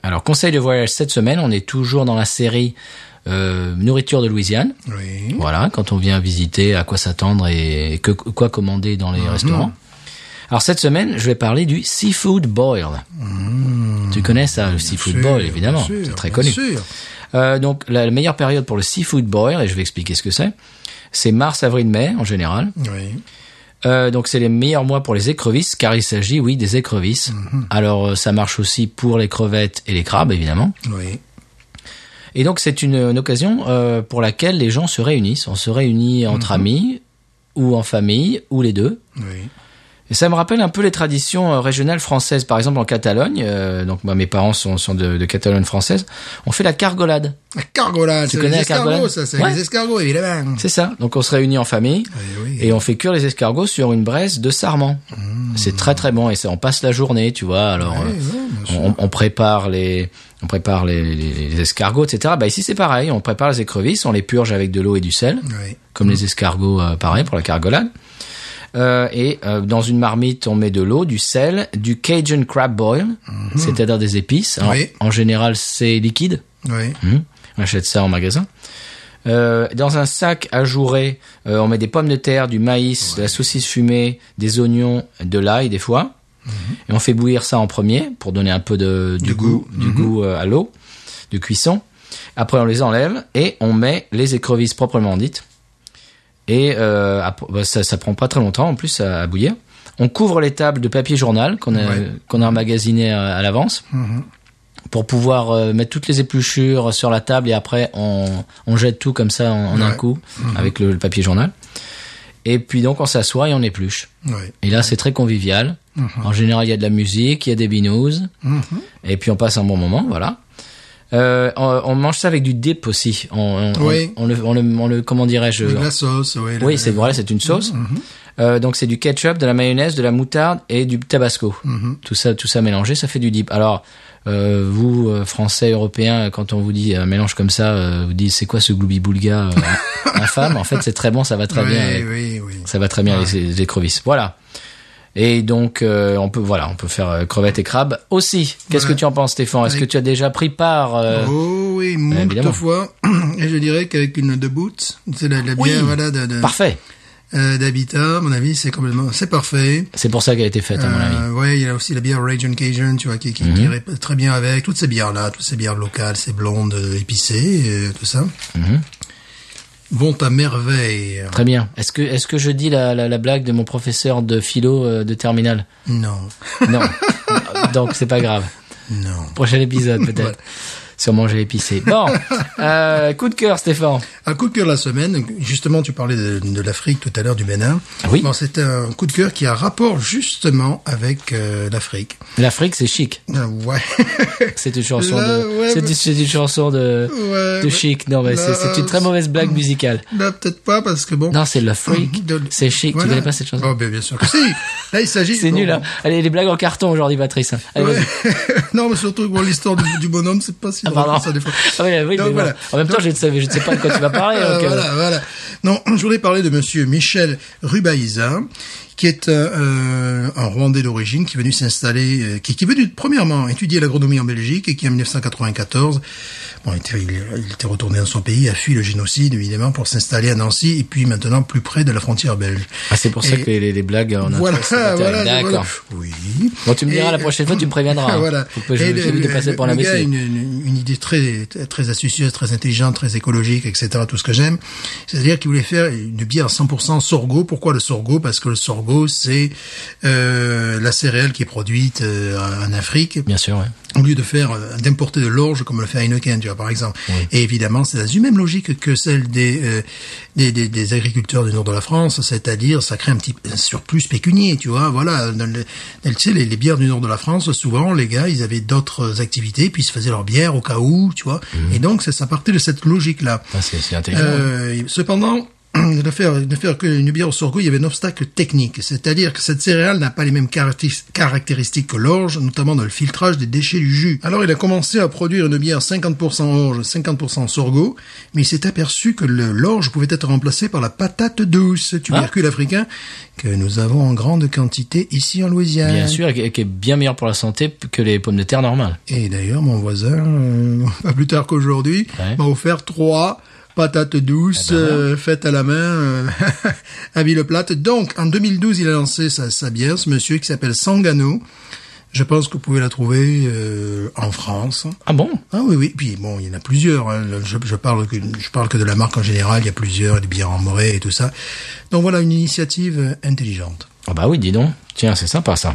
[SPEAKER 1] Alors, conseil de voyage cette semaine, on est toujours dans la série euh, Nourriture de Louisiane.
[SPEAKER 2] Oui. Mhm.
[SPEAKER 1] Voilà, quand on vient visiter, à quoi s'attendre et que, quoi commander dans les restaurants. Alors cette semaine, je vais parler du seafood boil. tu connais ça, le seafood
[SPEAKER 2] Mhm. Bien sûr,
[SPEAKER 1] boil, évidemment,
[SPEAKER 2] bien sûr,
[SPEAKER 1] c'est très
[SPEAKER 2] bien
[SPEAKER 1] connu.
[SPEAKER 2] sûr.
[SPEAKER 1] Euh, donc la, la meilleure période pour le seafood boil, et je vais expliquer ce que c'est, c'est mars, avril, mai en général.
[SPEAKER 2] Oui.
[SPEAKER 1] Euh, donc c'est les meilleurs mois pour les écrevisses, car il s'agit, oui, des écrevisses.
[SPEAKER 2] Mhm.
[SPEAKER 1] Alors euh, ça marche aussi pour les crevettes et les crabes, évidemment.
[SPEAKER 2] Oui.
[SPEAKER 1] Et donc c'est une, une occasion euh, pour laquelle les gens se réunissent. On se réunit entre
[SPEAKER 2] Mhm.
[SPEAKER 1] amis, ou en famille, ou les deux.
[SPEAKER 2] Oui.
[SPEAKER 1] Et ça me rappelle un peu les traditions euh, régionales françaises. Par exemple, en Catalogne, euh, donc bah, mes parents sont, sont de, de Catalogne française, on fait la cargolade.
[SPEAKER 2] La cargolade, c'est
[SPEAKER 1] connais
[SPEAKER 2] les
[SPEAKER 1] la
[SPEAKER 2] escargots,
[SPEAKER 1] cargolade
[SPEAKER 2] ça, c'est
[SPEAKER 1] Ouais.
[SPEAKER 2] les escargots, évidemment.
[SPEAKER 1] C'est ça. Donc on se réunit en famille
[SPEAKER 2] Oui, oui.
[SPEAKER 1] et on fait cuire les escargots sur une braise de sarment.
[SPEAKER 2] Mmh.
[SPEAKER 1] C'est très très bon et ça, on passe la journée, tu vois. Alors euh,
[SPEAKER 2] Oui, oui, bien sûr.
[SPEAKER 1] on, on prépare les on prépare les, les- les escargots, etc. Bah ici c'est pareil, on prépare les écrevisses, on les purge avec de l'eau et du sel,
[SPEAKER 2] Oui.
[SPEAKER 1] comme les escargots, euh, pareil pour la cargolade. Euh, et euh, dans une marmite, on met de l'eau, du sel, du Cajun crab boil, c'est-à-dire des épices. Alors,
[SPEAKER 2] Oui.
[SPEAKER 1] En général, c'est liquide.
[SPEAKER 2] Oui.
[SPEAKER 1] Mhm. On achète ça en magasin. Euh, dans un sac ajouré, euh, on met des pommes de terre, du maïs, de la saucisse fumée, des oignons, de l'ail des fois. Et on fait bouillir ça en premier pour donner un peu de, du,
[SPEAKER 2] Mhm. Du
[SPEAKER 1] goût,
[SPEAKER 2] goût. Mhm.
[SPEAKER 1] du goût euh, à l'eau, de cuisson. Après, on les enlève et on met les écrevisses proprement dites. Et euh, après- bah, ça, ça prend pas très longtemps en plus à, à bouillir. On couvre les tables de papier journal qu'on a,
[SPEAKER 2] Ouais.
[SPEAKER 1] qu'on a emmagasiné à, à l'avance
[SPEAKER 2] Mhm.
[SPEAKER 1] pour pouvoir euh, mettre toutes les épluchures sur la table et après on, on jette tout comme ça en, en un
[SPEAKER 2] Ouais. Mhm.
[SPEAKER 1] coup avec le, le papier journal. Et puis donc on s'assoit et on épluche.
[SPEAKER 2] Oui.
[SPEAKER 1] Et là c'est très convivial. En général il y a de la musique, il y a des binous
[SPEAKER 2] Mhm.
[SPEAKER 1] et puis on passe un bon moment, voilà. Euh, on, on mange ça avec du dip aussi. On, on,
[SPEAKER 2] Oui.
[SPEAKER 1] on, le, on, le, on le- comment dirais-je
[SPEAKER 2] Avec la sauce, oui.
[SPEAKER 1] Oui,
[SPEAKER 2] la-
[SPEAKER 1] c'est voilà, c'est une sauce.
[SPEAKER 2] Mhm.
[SPEAKER 1] Euh, donc c'est du ketchup, de la mayonnaise, de la moutarde et du tabasco.
[SPEAKER 2] Mhm.
[SPEAKER 1] Tout ça, tout ça mélangé, ça fait du dip. Alors euh, vous euh, Français, Européens, quand on vous dit un mélange comme ça, euh, vous dites c'est quoi ce gloubi boulga euh, infâme En fait, c'est très bon, ça va très
[SPEAKER 2] oui,
[SPEAKER 1] bien. avec-
[SPEAKER 2] Oui, Ah. oui,
[SPEAKER 1] Ça va très bien avec les, les écrevisses. Voilà. Et donc euh, on peut voilà, on peut faire euh, crevettes et crabes aussi. Qu'est-ce
[SPEAKER 2] Voilà.
[SPEAKER 1] que tu en penses, Stéphane Est-ce
[SPEAKER 2] Oui.
[SPEAKER 1] que tu as déjà pris part euh,
[SPEAKER 2] Oh oui,
[SPEAKER 1] évidemment.
[SPEAKER 2] moult fois. Et je dirais qu'avec une de boots, c'est la, la
[SPEAKER 1] Oui.
[SPEAKER 2] bière voilà, de- de-
[SPEAKER 1] Parfait.
[SPEAKER 2] euh, d'habitat, à mon avis, c'est complètement, c'est parfait.
[SPEAKER 1] C'est pour ça qu'elle a été faite à mon avis. Mhm.
[SPEAKER 2] Euh, ouais, il y a aussi la bière Raging Cajun, tu vois, qui, qui, qui irait très bien avec toutes ces bières-là, toutes ces bières locales, ces blondes euh, épicées, euh, tout ça.
[SPEAKER 1] Mhm.
[SPEAKER 2] Vont à merveille.
[SPEAKER 1] Très bien. Est-ce que, est-ce que je dis la, la, la blague de mon professeur de philo euh, de terminale
[SPEAKER 2] Non,
[SPEAKER 1] Non. Donc c'est pas grave.
[SPEAKER 2] non.
[SPEAKER 1] Prochain épisode peut-être.
[SPEAKER 2] Voilà.
[SPEAKER 1] Sur manger épicé. Bon, euh, coup de cœur Stéphane.
[SPEAKER 2] Un coup de cœur de la semaine. Justement, tu parlais de, de l'Afrique tout à l'heure, du Bénin.
[SPEAKER 1] Oui.
[SPEAKER 2] Bon, c'est un coup de cœur qui a rapport justement avec euh, l'Afrique.
[SPEAKER 1] L'Afrique c'est chic.
[SPEAKER 2] Euh, ouais.
[SPEAKER 1] C'est une chanson
[SPEAKER 2] Là,
[SPEAKER 1] de.
[SPEAKER 2] ouais,
[SPEAKER 1] c'est,
[SPEAKER 2] mais-
[SPEAKER 1] une- c'est une chanson de.
[SPEAKER 2] Ouais,
[SPEAKER 1] de
[SPEAKER 2] mais-
[SPEAKER 1] chic. Non mais c'est,
[SPEAKER 2] Là,
[SPEAKER 1] c'est une très mauvaise blague musicale.
[SPEAKER 2] Là, peut-être pas parce que bon.
[SPEAKER 1] Non c'est l'Afrique.
[SPEAKER 2] De-
[SPEAKER 1] C'est chic.
[SPEAKER 2] Voilà.
[SPEAKER 1] Tu connais pas cette chanson
[SPEAKER 2] Oh, ben, bien sûr que si. Là, il s'agit.
[SPEAKER 1] C'est
[SPEAKER 2] bon,
[SPEAKER 1] nul. Hein. Allez les blagues en carton aujourd'hui Patrice. Allez,
[SPEAKER 2] Ouais.
[SPEAKER 1] vas-y.
[SPEAKER 2] non, mais surtout que bon, l'histoire du, du bonhomme, c'est pas si
[SPEAKER 1] Ah,
[SPEAKER 2] drôle
[SPEAKER 1] pardon.
[SPEAKER 2] que ça des fois.
[SPEAKER 1] Ah oui, oui,
[SPEAKER 2] Donc,
[SPEAKER 1] mais bon.
[SPEAKER 2] voilà.
[SPEAKER 1] En même temps, je ne, savais, je ne sais pas de quoi tu vas parler.
[SPEAKER 2] Ah,
[SPEAKER 1] donc, euh,
[SPEAKER 2] voilà, voilà. Non, je voulais parler de Monsieur Michel Rubaïza, qui est euh, un Rwandais d'origine, qui est venu s'installer, euh, qui, qui est venu premièrement étudier l'agronomie en Belgique et qui en 1994, bon, il était, il- il était retourné dans son pays, a fui le génocide évidemment pour s'installer à Nancy et puis maintenant plus près de la frontière belge.
[SPEAKER 1] Ah, c'est pour ça
[SPEAKER 2] Et-
[SPEAKER 1] que les, les- les blagues euh, en
[SPEAKER 2] Voilà,
[SPEAKER 1] intro, c'est pas terrible.
[SPEAKER 2] voilà,
[SPEAKER 1] D'accord.
[SPEAKER 2] voilà. Oui.
[SPEAKER 1] Bon, tu me diras
[SPEAKER 2] Et-
[SPEAKER 1] la prochaine fois, tu me préviendras. hein.
[SPEAKER 2] voilà.
[SPEAKER 1] Faut pas- je-
[SPEAKER 2] Et
[SPEAKER 1] j'évite de passer par la
[SPEAKER 2] le gars a
[SPEAKER 1] vessie.
[SPEAKER 2] une, une- une idée très très astucieuse, très intelligente, très écologique, etc. Tout ce que j'aime. C'est-à-dire qu'il voulait faire une bière 100% sorgho. Pourquoi le sorgho Parce que le sorgho, c'est euh, la céréale qui est produite euh, en Afrique
[SPEAKER 1] Bien sûr, ouais.
[SPEAKER 2] au lieu de faire euh, d'importer de l'orge comme le fait Heineken, tu vois par exemple. Et évidemment, c'est la même logique que celle des, euh, des, des des agriculteurs du nord de la France, c'est-à-dire ça crée un petit un surplus pécunier, tu vois. Voilà, Dans le- dans le- tu sais les, les bières du nord de la France, souvent les gars, ils avaient d'autres activités, puis ils se faisaient leur bière au cas où, tu vois. Et donc ça, ça partait de cette logique là.
[SPEAKER 1] Ah, c'est c'est intelligent.
[SPEAKER 2] Euh, cependant, de faire, de faire qu'une bière au sorgho, il y avait un obstacle technique. C'est-à-dire que cette céréale n'a pas les mêmes caractéris- caractéristiques que l'orge, notamment dans le filtrage des déchets du jus. Alors il a commencé à produire une bière 50% orge, 50% sorgho, mais il s'est aperçu que le- l'orge pouvait être remplacée par la patate douce, tubercule africain, que nous avons en grande quantité ici en Louisiane.
[SPEAKER 1] Bien sûr, et qui- et qui est bien meilleur pour la santé p- que les pommes de terre normales.
[SPEAKER 2] Et d'ailleurs, mon voisin, euh, pas plus tard qu'aujourd'hui,
[SPEAKER 1] Ouais.
[SPEAKER 2] m'a offert trois patate douce,
[SPEAKER 1] Eh ben voilà.
[SPEAKER 2] euh, faite à la main, euh, à Villeplate. Donc, en 2012, il a lancé sa, sa bière, ce monsieur qui s'appelle Sangano. Je pense que vous pouvez la trouver euh, en France.
[SPEAKER 1] Ah bon
[SPEAKER 2] Ah oui, oui. Puis bon, il y en a plusieurs. hein. Là, Je, je parle que, je parle que de la marque en général. Il y a plusieurs, des bières en morée et tout ça. Donc voilà, une initiative euh, intelligente.
[SPEAKER 1] Ah bah oui, dis donc. Tiens, c'est sympa ça.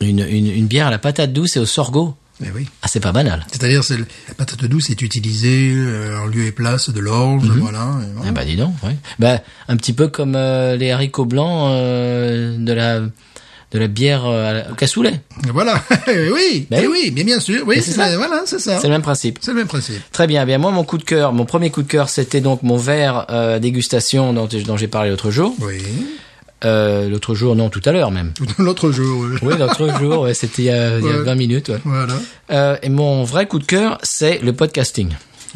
[SPEAKER 1] une, une, une bière à la patate douce et au sorgho.
[SPEAKER 2] Eh oui.
[SPEAKER 1] Ah, c'est pas banal.
[SPEAKER 2] C'est-à-dire, c'est le- la patate douce est utilisée euh, en lieu et place de l'orge, voilà. et voilà.
[SPEAKER 1] Ah bah dis donc, ouais. Bah, un petit peu comme euh, les haricots blancs euh, de la de la bière euh, à la- au cassoulet.
[SPEAKER 2] Voilà. oui,
[SPEAKER 1] Ben oui.
[SPEAKER 2] eh oui, mais bien sûr. Oui,
[SPEAKER 1] Mais c'est
[SPEAKER 2] c'est
[SPEAKER 1] ça.
[SPEAKER 2] ça. Voilà, c'est ça.
[SPEAKER 1] C'est le même principe.
[SPEAKER 2] C'est le même principe.
[SPEAKER 1] Très bien. Eh Bien moi, mon coup de cœur, mon premier coup de cœur, c'était donc mon verre euh, dégustation dont, dont j'ai parlé l'autre jour.
[SPEAKER 2] Oui.
[SPEAKER 1] Euh, l'autre jour, non, tout à l'heure même.
[SPEAKER 2] Tout l'autre jour. euh,
[SPEAKER 1] Oui, l'autre jour, ouais, c'était il y a, il y a
[SPEAKER 2] Ouais.
[SPEAKER 1] 20 minutes. ouais.
[SPEAKER 2] Voilà.
[SPEAKER 1] Euh, et mon vrai coup de cœur, c'est le podcasting.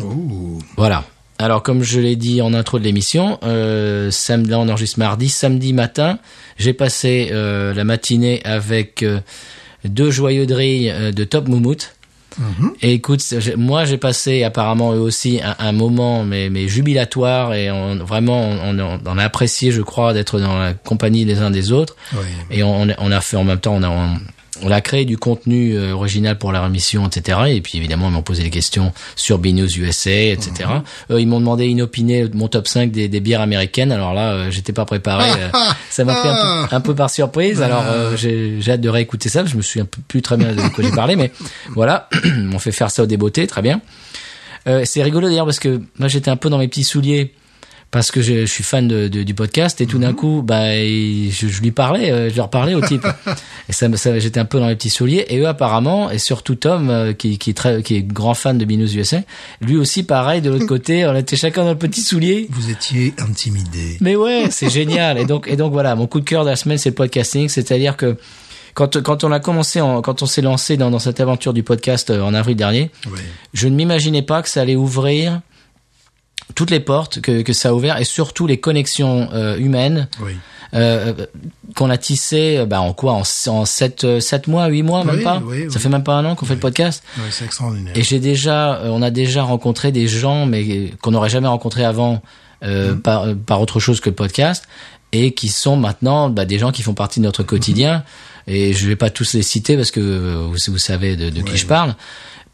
[SPEAKER 2] Oh.
[SPEAKER 1] Voilà. Alors, comme je l'ai dit en intro de l'émission, euh, samedi, là, on enregistre mardi, samedi matin, j'ai passé euh, la matinée avec euh, deux joyeux drilles euh, de Top Moumout. Et écoute, c'est- j'ai- moi j'ai passé apparemment eux aussi un, un moment mais, mais jubilatoire et on, vraiment on, on, on a apprécié je crois d'être dans la compagnie des uns des autres
[SPEAKER 2] Oui.
[SPEAKER 1] et on, on a fait en même temps, on a, on, on a créé du contenu euh, original pour la émission, etc. Et puis évidemment, ils m'ont posé des questions sur BNews USA, etc. Euh, ils m'ont demandé inopiné mon top 5 des, des bières américaines. Alors là, euh, j'étais pas préparé. euh,
[SPEAKER 2] ah,
[SPEAKER 1] ça m'a pris un peu, un peu par surprise. Alors euh, j'ai j'ai hâte de réécouter ça. parce que Je me souviens plus très bien de quoi j'ai parlé, mais voilà, on fait faire ça au débeauté, très bien. Euh, c'est rigolo d'ailleurs parce que moi j'étais un peu dans mes petits souliers parce que je, je suis fan de, de- du podcast et tout d'un coup bah il- je, je lui parlais euh, je leur parlais au type et ça, me- ça j'étais un peu dans les petits souliers et eux apparemment et surtout Tom euh, qui qui est très qui est grand fan de Binous USA lui aussi pareil de l'autre côté on était chacun dans le petit soulier
[SPEAKER 2] Vous étiez intimidé.
[SPEAKER 1] mais ouais, c'est génial. Et donc, et donc voilà, mon coup de cœur de la semaine, c'est le podcasting. C'est-à-dire que quand, quand on a commencé, en- quand on s'est lancé dans, dans cette aventure du podcast euh, en avril dernier,
[SPEAKER 2] Oui.
[SPEAKER 1] je ne m'imaginais pas que ça allait ouvrir toutes les portes que, que ça a ouvert et surtout les connexions euh, humaines
[SPEAKER 2] Oui.
[SPEAKER 1] euh, euh, qu'on a tissées euh, bah, en quoi en, en 7, mois, 8 mois, même
[SPEAKER 2] Oui,
[SPEAKER 1] pas
[SPEAKER 2] oui, oui.
[SPEAKER 1] Ça fait même pas un an qu'on fait le podcast.
[SPEAKER 2] Oui, c'est extraordinaire.
[SPEAKER 1] Et j'ai déjà, euh, on a déjà rencontré des gens, mais qu'on n'aurait jamais rencontré avant euh, par, euh, par autre chose que le podcast, et qui sont maintenant bah, des gens qui font partie de notre quotidien. Et je vais pas tous les citer parce que euh, vous, vous savez de, de qui je parle.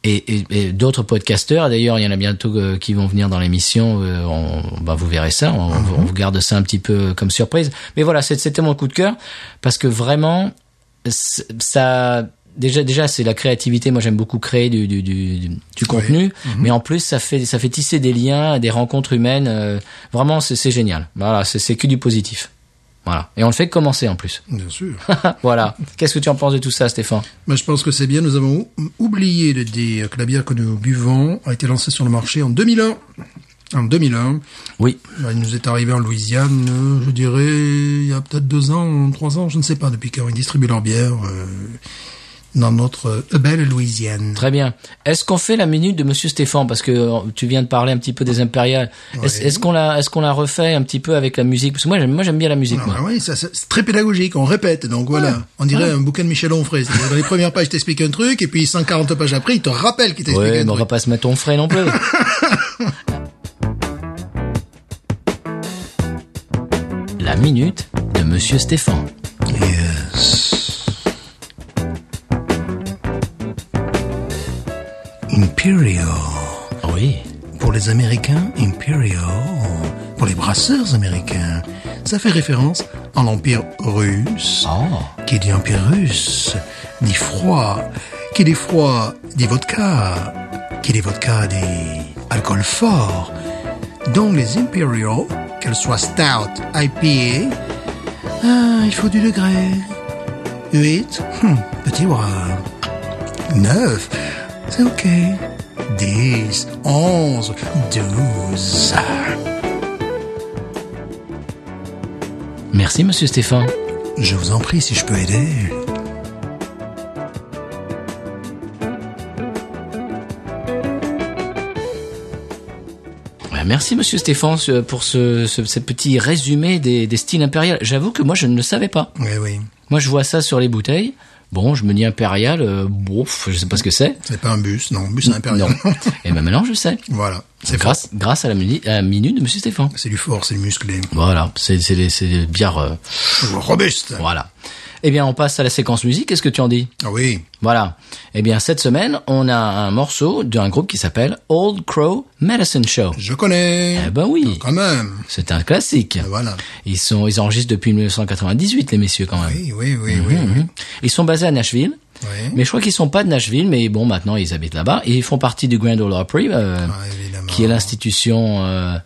[SPEAKER 1] Et, et- et d'autres podcasteurs, d'ailleurs, il y en a bientôt euh, qui vont venir dans l'émission. euh, on- bah, vous verrez ça. On, on vous garde ça un petit peu comme surprise. Mais voilà, c'est- c'était mon coup de cœur parce que vraiment, c'est- ça déjà déjà c'est la créativité moi j'aime beaucoup créer du du du, du- du contenu mais en plus ça fait ça fait tisser des liens des rencontres humaines euh, vraiment c'est c'est génial voilà c'est c'est que du positif voilà et on le fait commencer en plus Ah,
[SPEAKER 2] Bien sûr.
[SPEAKER 1] voilà qu'est-ce que tu en penses de tout ça Stéphane
[SPEAKER 2] Moi, je pense que c'est bien. Nous avons ou- oublié de dire que la bière que nous buvons a été lancée sur le marché en 2001. En 2001.
[SPEAKER 1] oui
[SPEAKER 2] Bah, Il nous est arrivé en Louisiane, euh, je dirais, il y a peut-être deux ans, trois ans, je ne sais pas, depuis quand ils distribuent leur bière euh, dans notre euh, belle Louisiane.
[SPEAKER 1] très bien est-ce qu'on fait la minute de Monsieur Stéphane parce que euh, tu viens de parler un petit peu des impériales est-ce
[SPEAKER 2] Ouais.
[SPEAKER 1] est-ce qu'on la est-ce qu'on la refait un petit peu avec la musique parce que moi j'aime moi j'aime bien la musique
[SPEAKER 2] Ah
[SPEAKER 1] moi
[SPEAKER 2] bah oui, ça, ça, c'est très pédagogique, on répète, donc voilà. on dirait un bouquin de Michel Onfray. c'est-à-dire, Dans les premières pages, il t'explique un truc, et puis 140 pages après, il te rappelle qu'il t'explique
[SPEAKER 1] Ouais,
[SPEAKER 2] un
[SPEAKER 1] mais on va
[SPEAKER 2] truc.
[SPEAKER 1] pas se mettre en frais non plus. La minute de Monsieur Stéphane.
[SPEAKER 2] Yes. Imperial.
[SPEAKER 1] Oui.
[SPEAKER 2] Pour les Américains, Imperial, pour les brasseurs américains, ça fait référence à l'Empire russe.
[SPEAKER 1] Oh,
[SPEAKER 2] Qui dit Empire russe, dit froid. Qui dit froid, dit vodka. Qui dit vodka, dit alcool fort. Donc les Imperial, qu'elles soient stout, IPA, ah, il faut du degré. 8, petit bras. 9, c'est ok. 10, 11, 12.
[SPEAKER 1] Merci Monsieur Stéphane.
[SPEAKER 2] Je vous en prie si je peux aider.
[SPEAKER 1] Ouais, Merci Monsieur Stéphane ce- pour ce, ce, ce petit résumé des, des styles impériaux. J'avoue que moi je ne le savais pas.
[SPEAKER 2] Eh Oui, oui.
[SPEAKER 1] Moi je vois ça sur les bouteilles. Bon, je me dis impérial, euh, bouf, je sais pas ce que c'est.
[SPEAKER 2] C'est pas un bus, non, bus impérial.
[SPEAKER 1] Non. Et ben maintenant, je sais.
[SPEAKER 2] voilà, c'est fort.
[SPEAKER 1] grâce, grâce à la, mini- à la minute de Monsieur Stéphane.
[SPEAKER 2] C'est du fort, c'est musclé.
[SPEAKER 1] Voilà, c'est c'est des, c'est des bières. euh,
[SPEAKER 2] Robuste.
[SPEAKER 1] voilà. Eh bien, on passe à la séquence musique. Qu'est-ce que tu en dis
[SPEAKER 2] Ah oui.
[SPEAKER 1] Voilà. Eh bien, cette semaine, on a un morceau d'un groupe qui s'appelle Old Crow Medicine Show.
[SPEAKER 2] Je connais.
[SPEAKER 1] Eh ben oui,
[SPEAKER 2] Quand même. Ah,
[SPEAKER 1] c'est un classique.
[SPEAKER 2] Voilà.
[SPEAKER 1] Ils sont, ils enregistrent depuis 1998, les messieurs quand même.
[SPEAKER 2] Oui, oui, oui, oui.
[SPEAKER 1] Mhm. Ils sont basés à Nashville,
[SPEAKER 2] Oui.
[SPEAKER 1] mais je crois qu'ils sont pas de Nashville, mais bon, maintenant ils habitent là-bas et ils font partie du Grand Ole Opry, euh,
[SPEAKER 2] Ah, évidemment.
[SPEAKER 1] qui est l'institution, euh,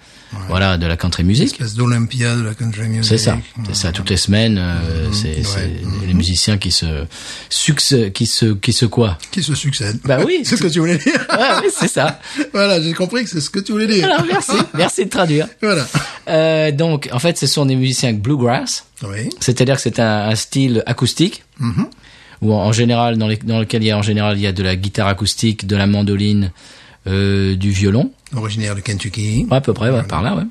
[SPEAKER 1] voilà, de la country music.
[SPEAKER 2] Espèce d'Olympia de la country music.
[SPEAKER 1] C'est ça, c'est ça. Toutes les semaines, euh, c'est c'est les musiciens qui se succè- qui se qui se quoi
[SPEAKER 2] Qui se succède.
[SPEAKER 1] Bah oui.
[SPEAKER 2] c'est ce que tu voulais dire.
[SPEAKER 1] Ouais, oui, c'est ça.
[SPEAKER 2] voilà, j'ai compris que c'est ce que tu voulais dire.
[SPEAKER 1] Alors merci, merci de traduire.
[SPEAKER 2] Voilà.
[SPEAKER 1] Euh, donc, en fait, ce sont des musiciens bluegrass,
[SPEAKER 2] Oui.
[SPEAKER 1] c'est-à-dire que c'est un, un style acoustique. Ou en, en général, dans, les, dans lequel il y a en général il y a de la guitare acoustique, de la mandoline, euh, du violon,
[SPEAKER 2] Originaire de Kentucky.
[SPEAKER 1] Ouais, à peu près, ouais, par là, ouais.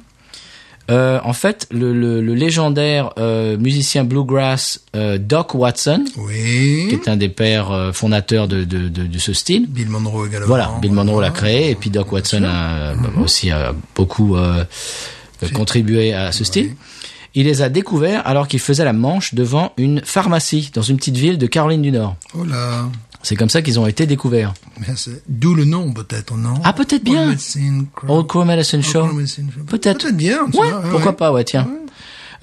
[SPEAKER 1] Euh, en fait, le, le, le légendaire euh, musicien bluegrass euh, Doc Watson, qui
[SPEAKER 2] Oui.
[SPEAKER 1] est un des pères euh, fondateurs de, de, de, de ce style,
[SPEAKER 2] Bill Monroe également.
[SPEAKER 1] voilà, Bill Monroe l'a créé et puis Doc Watson a euh, bah, aussi a beaucoup euh, euh, contribué à ce style. Il les a découverts alors qu'il faisait la manche devant une pharmacie dans une petite ville de Caroline du Nord.
[SPEAKER 2] Oh là.
[SPEAKER 1] C'est comme ça qu'ils ont été découverts.
[SPEAKER 2] Mais c'est- D'où le nom, peut-être, non
[SPEAKER 1] Ah, peut-être bien.
[SPEAKER 2] Old Medicine Crow.
[SPEAKER 1] Old Crow Medicine Show.
[SPEAKER 2] Old Medicine Show.
[SPEAKER 1] Peut-être.
[SPEAKER 2] Peut-être bien. tu
[SPEAKER 1] Ouais,
[SPEAKER 2] vois,
[SPEAKER 1] pourquoi
[SPEAKER 2] ouais.
[SPEAKER 1] pas, ouais, tiens.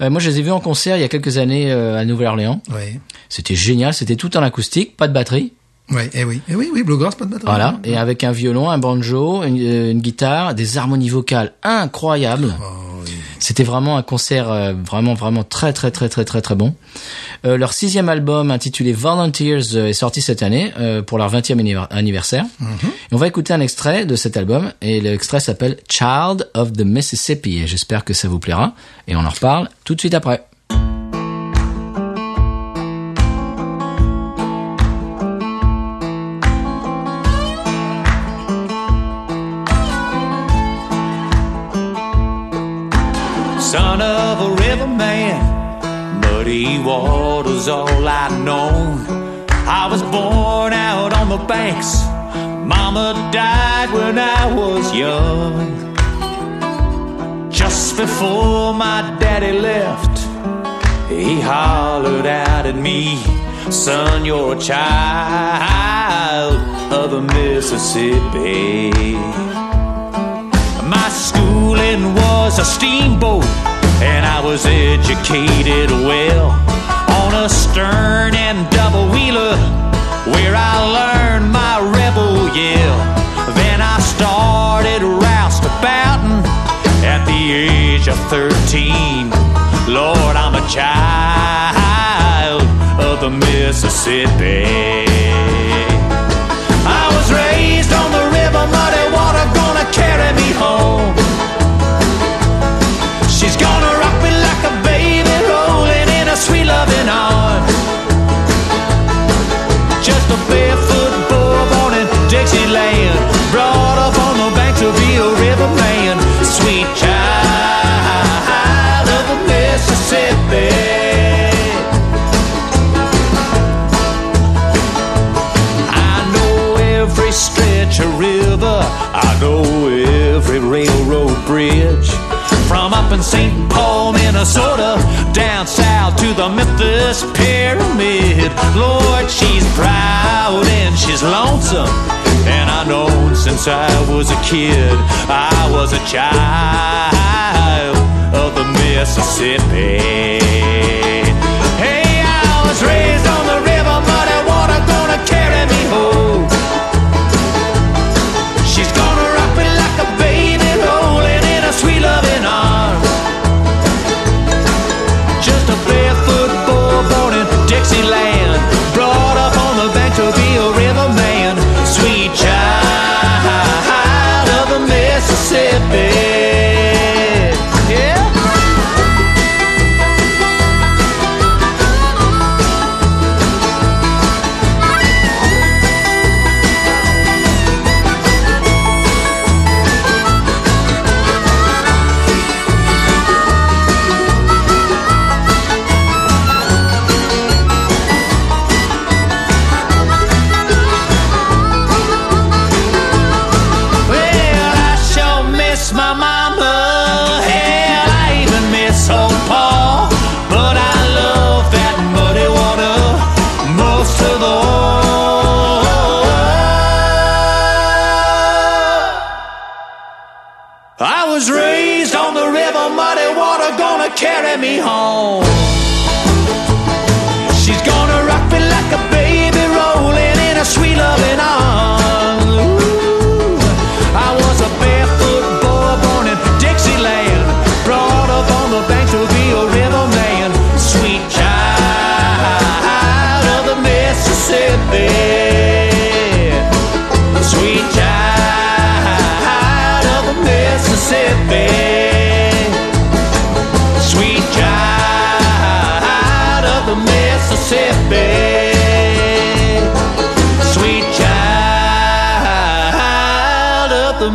[SPEAKER 1] Euh, moi, je les ai vus en concert il y a quelques années euh, à Nouvelle-Orléans.
[SPEAKER 2] Oui.
[SPEAKER 1] C'était génial, c'était tout en acoustique, pas de batterie.
[SPEAKER 2] Ouais, eh oui. Eh oui, oui, Bluegrass, pas de batterie.
[SPEAKER 1] Voilà, et avec un violon, un banjo, une, euh, une guitare, des harmonies vocales incroyables.
[SPEAKER 2] Oh, oui.
[SPEAKER 1] C'était vraiment un concert euh, vraiment vraiment très très très très très très bon. Euh, leur sixième album intitulé Volunteers euh, est sorti cette année euh, pour leur 20e anniver- anniversaire.
[SPEAKER 2] Mhm.
[SPEAKER 1] Et on va écouter un extrait de cet album et l'extrait s'appelle Child of the Mississippi et j'espère que ça vous plaira et on en reparle tout de suite après.
[SPEAKER 3] son of a river man. Muddy water's all I know. I was born out on the banks. Mama died when I was young. Just before my daddy left, he hollered out at me, Son, you're a child of the Mississippi. My schooling was a steamboat, and I was educated well on a stern and double wheeler where I learned my rebel yell. Then I started roustabouting at the age of 13. Lord, I'm a child of the Mississippi. I was raised on the river, muddy water gonna carry me home. She's gonna rock me like a baby, rolling in a sweet loving arms. Just a barefoot boy born in Dixieland, brought up on the banks of the river man, sweet child of the Mississippi. I know every stretch of river. I know every railroad bridge. From up in St. Paul, Minnesota, down south to the Memphis Pyramid. Lord, she's proud and she's lonesome. And I know since I was a kid, I was a child of the Mississippi. Hey, I was raised on the river, muddy water gonna carry me home. She's gonna rock me like a baby, rolling in a sweet loving arms. Just a barefoot boy born in Dixieland, brought up on the bank to be a river man, sweet child of the Mississippi. Yeah. carry me home. She's gonna rock me like a baby rolling in her sweet loving arms. Ooh, I was a barefoot boy born in Dixieland, brought up on the banks of the Rio River man. Sweet child of the Mississippi. Sweet child of the Mississippi. Sweet child of the Mississippi. Sweet child of the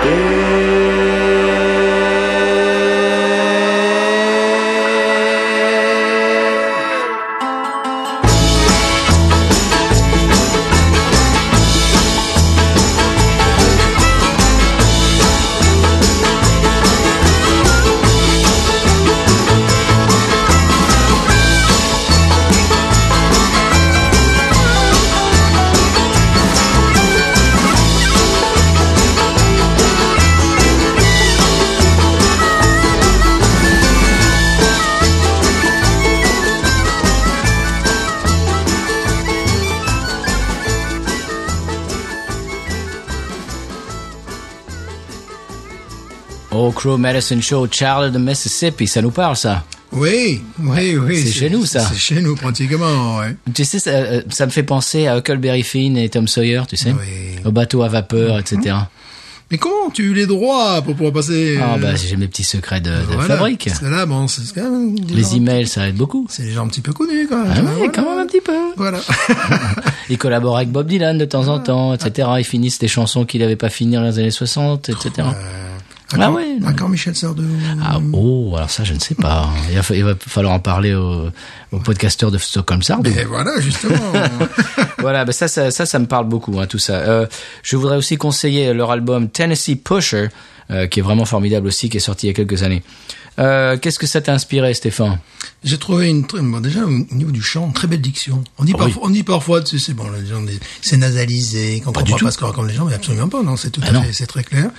[SPEAKER 4] Oh,
[SPEAKER 3] Mississippi.
[SPEAKER 1] Oh, Crow Medicine Show, Charles de Mississippi, ça nous parle ça.
[SPEAKER 2] Oui, oui, oui.
[SPEAKER 1] C'est chez nous, ça.
[SPEAKER 2] C'est chez nous, pratiquement, ouais.
[SPEAKER 1] Tu sais, ça, euh, ça me fait penser à Huckleberry Finn et Tom Sawyer, tu sais,
[SPEAKER 2] Oui. Mm.
[SPEAKER 1] au bateau à vapeur, etc.
[SPEAKER 2] Mais comment tu as eu les droits pour pouvoir passer
[SPEAKER 1] Ah
[SPEAKER 2] euh,
[SPEAKER 1] bah j'ai mes petits secrets de, de
[SPEAKER 2] voilà,
[SPEAKER 1] fabrique.
[SPEAKER 2] Parce que là, bon, c'est quand même des gens-
[SPEAKER 1] Les emails, ça aide beaucoup.
[SPEAKER 2] C'est des gens un petit peu connus, quand même.
[SPEAKER 1] Ah
[SPEAKER 2] hein,
[SPEAKER 1] ouais,
[SPEAKER 2] voilà.
[SPEAKER 1] quand même un petit peu. Ah.
[SPEAKER 2] Voilà.
[SPEAKER 1] Il collabore avec Bob Dylan de temps en temps, etc. Ils finissent des chansons qu'il n'avait pas finies dans les années 60, etc.
[SPEAKER 2] Encore-
[SPEAKER 1] Ah ouais, non.
[SPEAKER 2] Encore Michel Sardou.
[SPEAKER 1] Ah oh, alors ça je ne sais pas. Il va, fa- il va falloir en parler au, au podcasteur de Stockholm Sard.
[SPEAKER 2] Et Ben, voilà, justement.
[SPEAKER 1] voilà, bah ça, ça, ça, ça me parle beaucoup, hein, tout ça. Euh, je voudrais aussi conseiller leur album Tennessee Pusher, euh, qui est vraiment formidable aussi, qui est sorti il y a quelques années. Euh, Qu'est-ce que ça t'a inspiré, Stéphane
[SPEAKER 2] J'ai trouvé une très, bon, déjà au niveau du chant, très belle diction. On dit
[SPEAKER 1] Ah oui.
[SPEAKER 2] parfois, on dit parfois, tu sais, c'est bon, les gens disent, c'est nasalisé, qu'on
[SPEAKER 1] du
[SPEAKER 2] comprend
[SPEAKER 1] tout.
[SPEAKER 2] pas ce que racontent les gens, mais absolument pas, non, c'est tout
[SPEAKER 1] Ah
[SPEAKER 2] à
[SPEAKER 1] non.
[SPEAKER 2] fait, c'est très clair.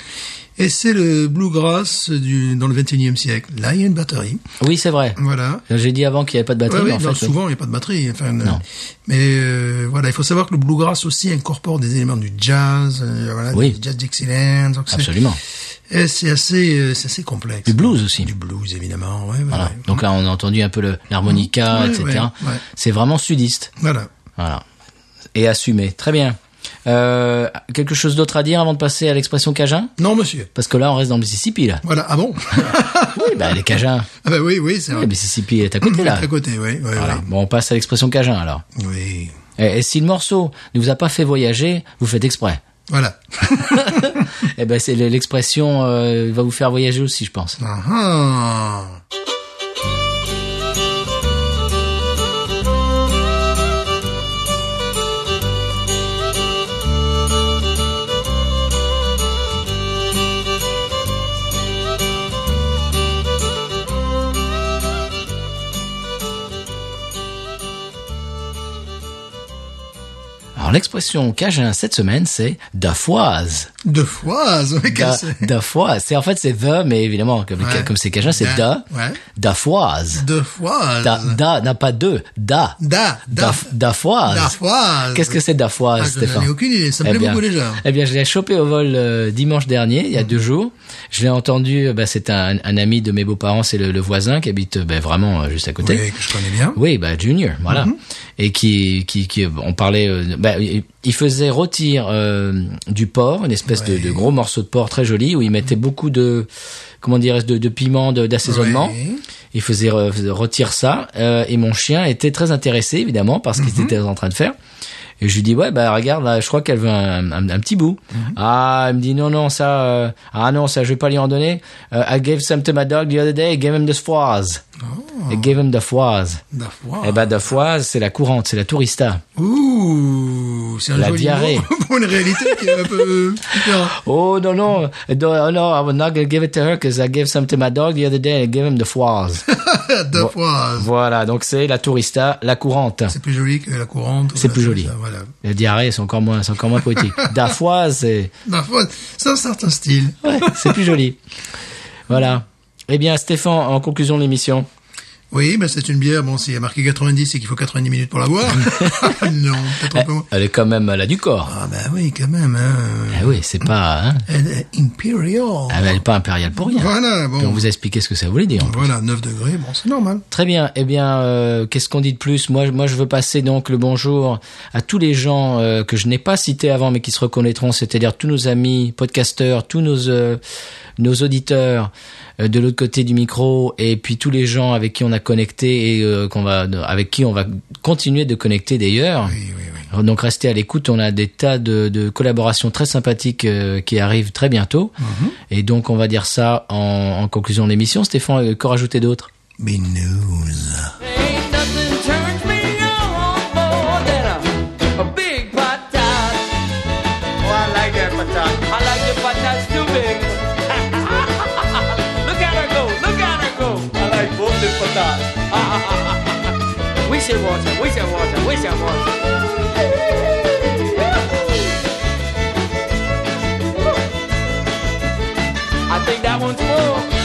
[SPEAKER 2] Et c'est le bluegrass du, dans le 21e siècle. Là, il y a une batterie.
[SPEAKER 1] Oui, c'est vrai.
[SPEAKER 2] Voilà.
[SPEAKER 1] J'ai dit avant qu'il n'y avait pas de batterie,
[SPEAKER 2] Ouais,
[SPEAKER 1] mais
[SPEAKER 2] ouais,
[SPEAKER 1] en
[SPEAKER 2] non,
[SPEAKER 1] fait,
[SPEAKER 2] souvent il n'y a pas de batterie. Enfin, euh,
[SPEAKER 1] Non.
[SPEAKER 2] Mais euh, voilà, il faut savoir que le bluegrass aussi incorpore des éléments du jazz, euh, voilà,
[SPEAKER 1] Oui.
[SPEAKER 2] du jazz d'excellence. donc c'est-
[SPEAKER 1] absolument.
[SPEAKER 2] Et c'est assez, euh, c'est assez complexe.
[SPEAKER 1] Du blues aussi.
[SPEAKER 2] Du blues évidemment. Ouais, ouais,
[SPEAKER 1] Voilà.
[SPEAKER 2] ouais.
[SPEAKER 1] Donc là, on a entendu un peu le- l'harmonica,
[SPEAKER 2] Ouais,
[SPEAKER 1] etc.
[SPEAKER 2] ouais, ouais.
[SPEAKER 1] C'est vraiment sudiste.
[SPEAKER 2] Voilà.
[SPEAKER 1] Voilà. Et assumé. Très bien. Euh, quelque chose d'autre à dire avant de passer à l'expression Cajun
[SPEAKER 2] Non monsieur.
[SPEAKER 1] Parce que là, on reste dans le Mississippi, là.
[SPEAKER 2] Voilà. Ah bon.
[SPEAKER 1] Oui, bah, les Cajuns.
[SPEAKER 2] Ah bah oui, oui, c'est
[SPEAKER 1] Le
[SPEAKER 2] vrai.
[SPEAKER 1] Mississippi est à côté, Eh ben, là.
[SPEAKER 2] À côté, oui. oui,
[SPEAKER 1] Voilà. Bon, on passe à l'expression Cajun, alors.
[SPEAKER 2] oui. Oui.
[SPEAKER 1] Et, et si le morceau ne vous a pas fait voyager, vous faites exprès.
[SPEAKER 2] Voilà.
[SPEAKER 1] Eh ben, c'est l'expression euh, va vous faire voyager aussi, je pense.
[SPEAKER 2] Ah, ah.
[SPEAKER 1] Alors, l'expression Cajun cette semaine, c'est dafoise.
[SPEAKER 2] Deux fois. Mais
[SPEAKER 1] Da,
[SPEAKER 2] qu'est-ce que c'est
[SPEAKER 1] dafoise. C'est en fait c'est the, mais évidemment comme
[SPEAKER 2] Ouais.
[SPEAKER 1] comme c'est Cajun, c'est da.
[SPEAKER 2] Da, ouais.
[SPEAKER 1] Dafoise.
[SPEAKER 2] Deux fois.
[SPEAKER 1] Da, da, n'a pas deux. Da.
[SPEAKER 2] Da. Da.
[SPEAKER 1] Daf- dafoise.
[SPEAKER 2] Dafoise.
[SPEAKER 1] Qu'est-ce que c'est dafoise,
[SPEAKER 2] Ah, je
[SPEAKER 1] Stéphane
[SPEAKER 2] n'en ai aucune idée. Ça me plaît
[SPEAKER 1] bien,
[SPEAKER 2] beaucoup déjà. Mhm.
[SPEAKER 1] Eh bien, je l'ai chopé au vol euh, dimanche dernier, il y a deux jours. Je l'ai entendu. euh, Bah, c'est un, un ami de mes beaux-parents, c'est le, le voisin qui habite euh, bah, vraiment euh, juste à côté.
[SPEAKER 2] Oui, que je connais bien.
[SPEAKER 1] Oui, bah Junior, voilà,
[SPEAKER 2] Mhm.
[SPEAKER 1] et qui, qui, qui, on parlait, euh, bah, il faisait rôtir euh, du porc, une espèce de,
[SPEAKER 2] Ouais. Mhm.
[SPEAKER 1] de gros morceau de porc très joli, où il mettait beaucoup de, comment dirais-je, de, de piment, de- d'assaisonnement.
[SPEAKER 2] Ouais.
[SPEAKER 1] Il faisait re- faisait rôtir ça, euh, et mon chien était très intéressé évidemment parce
[SPEAKER 2] Mhm.
[SPEAKER 1] qu'il était en train de faire. Et je lui dis ouais bah regarde là, je crois qu'elle veut un, un, un petit bout.
[SPEAKER 2] Mhm.
[SPEAKER 1] Ah il me dit non non ça euh, ah non ça je vais pas lui en donner. Euh, I gave some to my dog the other day. I gave him the froise.
[SPEAKER 2] Oh.
[SPEAKER 1] I gave him the froise.
[SPEAKER 2] Da foi.
[SPEAKER 1] Eh ben, de foise, c'est la courante, c'est la tourista.
[SPEAKER 2] Ouh, c'est un
[SPEAKER 1] La
[SPEAKER 2] joli
[SPEAKER 1] diarrhée.
[SPEAKER 2] mot pour une réalité qui est un peu différente.
[SPEAKER 1] Oh, non, non, no, oh, no, I would not gonna give it to her because I gave some to my dog the other day and I gave him the foise.
[SPEAKER 2] Deux fois.
[SPEAKER 1] voilà, donc c'est la tourista, la courante.
[SPEAKER 2] C'est plus joli que la courante.
[SPEAKER 1] C'est
[SPEAKER 2] Voilà,
[SPEAKER 1] plus joli.
[SPEAKER 2] ça, Voilà.
[SPEAKER 1] La diarrhée, c'est encore moins, c'est encore moins poétique. da foise, c'est,
[SPEAKER 2] Da foi. C'est un certain style.
[SPEAKER 1] ouais, c'est plus joli. Voilà. Eh bien, Stéphane, en conclusion de l'émission.
[SPEAKER 2] Oui, mais c'est une bière. Bon, s'il y a marqué 90, c'est qu'il faut 90 minutes pour la boire. non, peut-être un peu moins.
[SPEAKER 1] Elle est quand même, elle a du corps.
[SPEAKER 2] Ah, bah oui, quand même. Hein.
[SPEAKER 1] Ah oui, c'est pas, hein.
[SPEAKER 2] Elle est Imperial.
[SPEAKER 1] Elle n'est pas impériale pour rien. Puis
[SPEAKER 2] Voilà,
[SPEAKER 1] on
[SPEAKER 2] bon.
[SPEAKER 1] Ah vous a expliqué ce que ça voulait dire.
[SPEAKER 2] Voilà, 9 degrés, bon, c'est normal.
[SPEAKER 1] Très bien. Eh bien, euh, qu'est-ce qu'on dit de plus Moi, moi, je veux passer donc le bonjour à tous les gens euh, que je n'ai pas cités avant, mais qui se reconnaîtront, c'est-à-dire tous nos amis podcasteurs, tous nos euh, nos auditeurs euh, de l'autre côté du micro, et puis tous les gens avec qui on a connecté et euh, qu'on va, avec qui on va continuer de connecter d'ailleurs.
[SPEAKER 2] Oui, oui, oui.
[SPEAKER 1] Alors, Donc restez à l'écoute, on a des tas de, de collaborations très sympathiques euh, qui arrivent très bientôt. Et donc on va dire ça en, en conclusion de l'émission. Stéphane, euh, que rajouter d'autre
[SPEAKER 2] Mais news.
[SPEAKER 4] Ain't nothing turns me on more than a, a big patat. Oh, I like that patat. I like the patats too big. look at her go, look at her go. I like both the patats. we should watch her, we should watch her, we should watch her. I think that one's full.